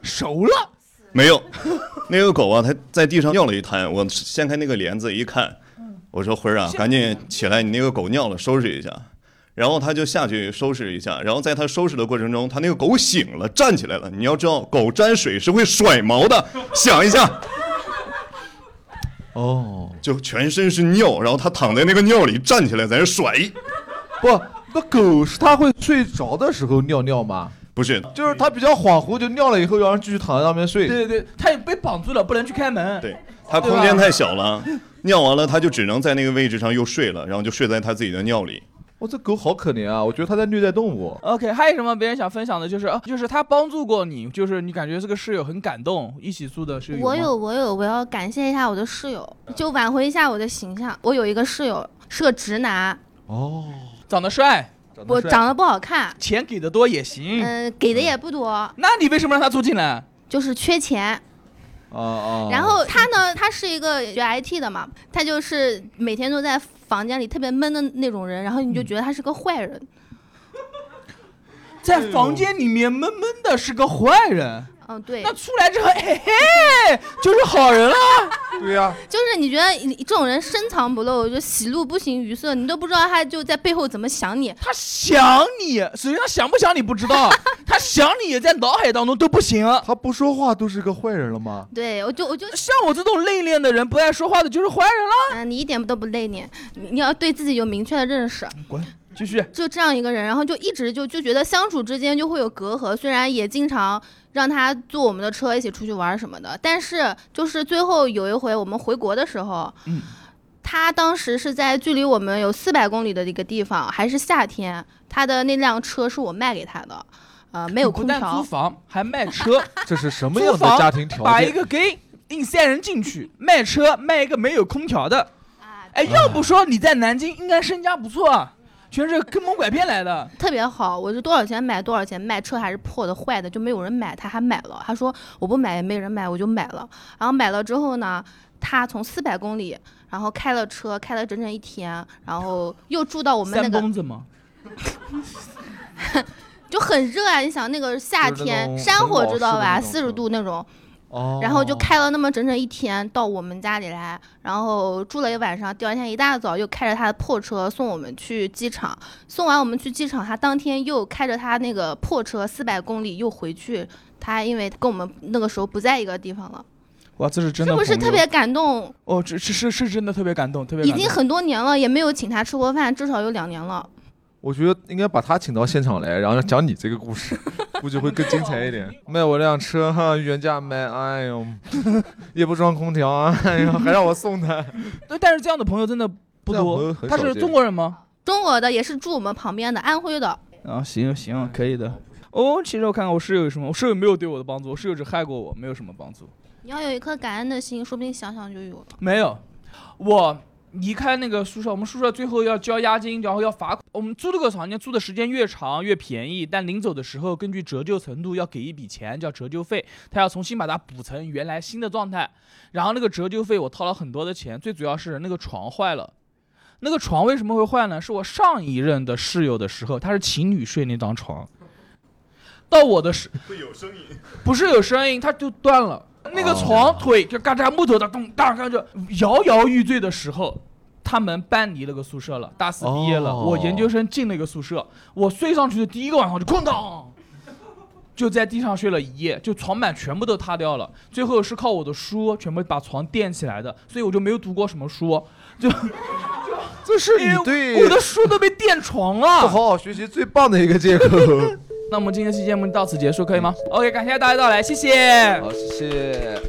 Speaker 4: 熟了，
Speaker 8: 没有， 那个狗啊，它在地上尿了一滩。我掀开那个帘子一看，我说辉儿啊，赶紧起来，你那个狗尿了，收拾一下。然后他就下去收拾一下，然后在他收拾的过程中，他那个狗醒了，站起来了。你要知道，狗沾水是会甩毛的，想一下，
Speaker 2: 哦，
Speaker 8: 就全身是尿，然后它躺在那个尿里，站起来在那甩。
Speaker 2: 不，那狗是它会睡着的时候尿尿吗？
Speaker 8: 不是，
Speaker 2: 就是它比较恍惚，就尿了以后，然后继续躺在上面睡。
Speaker 4: 对对对，他也被绑住了，不能去开门。
Speaker 8: 对，它空间太小了，尿完了它就只能在那个位置上又睡了，然后就睡在它自己的尿里。
Speaker 2: 哇，哦这狗好可怜啊！我觉得它在虐待动物。
Speaker 4: OK，还有什么别人想分享的？就是啊，就是他帮助过你，就是你感觉这个室友很感动，一起住的室友。
Speaker 5: 我有，，我有，我要感谢一下我的室友，就挽回一下我的形象。我有一个室友是个直男，
Speaker 2: 哦，
Speaker 4: 长得帅，
Speaker 2: 长得
Speaker 5: 我
Speaker 2: 帅啊
Speaker 5: 长得不好看，
Speaker 4: 钱给的多也行。
Speaker 5: 嗯、给的也不多，
Speaker 4: 那你为什么让他住进来？
Speaker 5: 就是缺钱。
Speaker 2: 啊啊，
Speaker 5: 然后他呢，他是一个学 IT 的嘛，他就是每天都在房间里特别闷的那种人，然后你就觉得他是个坏人。
Speaker 4: 在房间里面闷闷的是个坏人，
Speaker 5: 嗯，对
Speaker 4: 那，出来之后，嘿嘿，就是好人了。
Speaker 2: 对呀，
Speaker 5: 就是你觉得你这种人深藏不露，就喜怒不形于色，你都不知道他就在背后怎么想你。
Speaker 4: 他想你，首先他想不想你不 知道，他想你也在脑海当中都不行。
Speaker 2: 它不说话都是个坏人了吗？
Speaker 5: 对，我就我就，
Speaker 4: 像我这种内敛的人，不爱说话的，就是坏人了。
Speaker 5: 嗯、你一点都不内敛，你你要对自己有明确的认识。
Speaker 4: 滚，继续。
Speaker 5: 就这样一个人，然后就一直就就觉得相处之间就会有隔阂，虽然也经常让他坐我们的车一起出去玩什么的，但是就是最后有一回我们回国的时候，
Speaker 4: 嗯
Speaker 5: 他当时是在距离我们有四百公里的一个地方，还是夏天，他的那辆车是我卖给他的，呃，没有
Speaker 4: 不
Speaker 5: 空
Speaker 4: 但租
Speaker 5: 调，
Speaker 4: 房，还卖 车，
Speaker 2: 这是什么
Speaker 4: 租
Speaker 2: 样的
Speaker 4: 房
Speaker 2: 家庭条
Speaker 4: 把一
Speaker 2: 件？
Speaker 4: 个 gay 硬塞人进去，卖车卖一个没有空调的。
Speaker 5: 啊，
Speaker 4: 哎，要不说你在南京应该身家不错啊，全是坑蒙拐骗来的。
Speaker 5: 特别好，我是多少钱买多少钱卖，车还是破的坏的，就没有人买，他还买了。他说我不买也没人买，我就买了。然后买了之后呢，他从四百公里，然后开了车，开了整整一天，然后又住到我们那
Speaker 4: 三
Speaker 5: 个，
Speaker 4: 公子嘛，
Speaker 5: 就很热啊！你想那个夏
Speaker 2: 就是那
Speaker 5: 天
Speaker 2: 种
Speaker 5: 山火知道吧，
Speaker 2: 很老式的那
Speaker 5: 四
Speaker 2: 种嗯
Speaker 5: 十度那种，
Speaker 2: 哦，
Speaker 5: 然后就开了那么整整一天到我们家里来，然后住了一晚上，第二天一大早又开着他的破车送我们去机场，送完我们去机场，他当天又开着他那个破车四百公里又回去，他因为跟我们那个时候不在一个地方了，
Speaker 4: 哇，这是真
Speaker 5: 是
Speaker 4: 的
Speaker 5: 不
Speaker 4: 朋友，
Speaker 5: 是特别感动？
Speaker 4: 哦，这是是是真的特别感动，特别
Speaker 5: 已
Speaker 4: 感动
Speaker 5: 经很多年了，也没有请他吃过饭，至少有两年了。
Speaker 2: 我觉得应该把他请到现场来，然后讲你这个故事， 估计会更精彩一点。卖我辆车哈，原价卖，哎呦， 也不装空调，哎呦，还让我送他，
Speaker 4: 对，但是这样的朋友真的
Speaker 2: 这
Speaker 4: 不
Speaker 2: 样
Speaker 4: 多
Speaker 2: 朋友。很
Speaker 4: 他
Speaker 2: 少
Speaker 4: 是
Speaker 2: 见
Speaker 4: 中国人吗？
Speaker 5: 中国的也是住我们旁边的安徽的，
Speaker 4: 啊，行行，可以的。哦，其实我看看我室友有什么，我室友没有对我的帮助，我室友只害过我，没有什么帮助。
Speaker 5: 你要有一颗感恩的心，说不定想想就有了。
Speaker 4: 没有，我离开那个宿舍，我们宿舍最后要交押金，然后要罚款。我们租这个房间租的时间越长越便宜，但临走的时候根据折旧程度要给一笔钱，叫折旧费，他要重新把它补成原来新的状态。然后那个折旧费我掏了很多的钱，最主要是那个床坏了。那个床为什么会坏呢？是我上一任的室友的时候，他是情侣睡那张床，到我的时
Speaker 8: 会有声音。
Speaker 4: 不是有声音，它就断了。那个床腿就嘎吱木头的咚当当就摇摇欲坠的时候，他们搬离那个宿舍了，大四毕业了，
Speaker 2: 哦
Speaker 4: 我研究生进那个宿舍，我睡上去的第一个晚上就哐当，就在地上睡了一夜，就床板全部都塌掉了。最后是靠我的书全部把床垫起来的，所以我就没有读过什么书，就
Speaker 2: 这是你
Speaker 4: 因为
Speaker 2: 对
Speaker 4: 我的书都被垫床了。
Speaker 2: 不好好学习最棒的一个借口。
Speaker 4: 那我们今天期节目到此结束，可以吗？OK，感谢大家到来，谢 谢。
Speaker 2: 好，谢谢。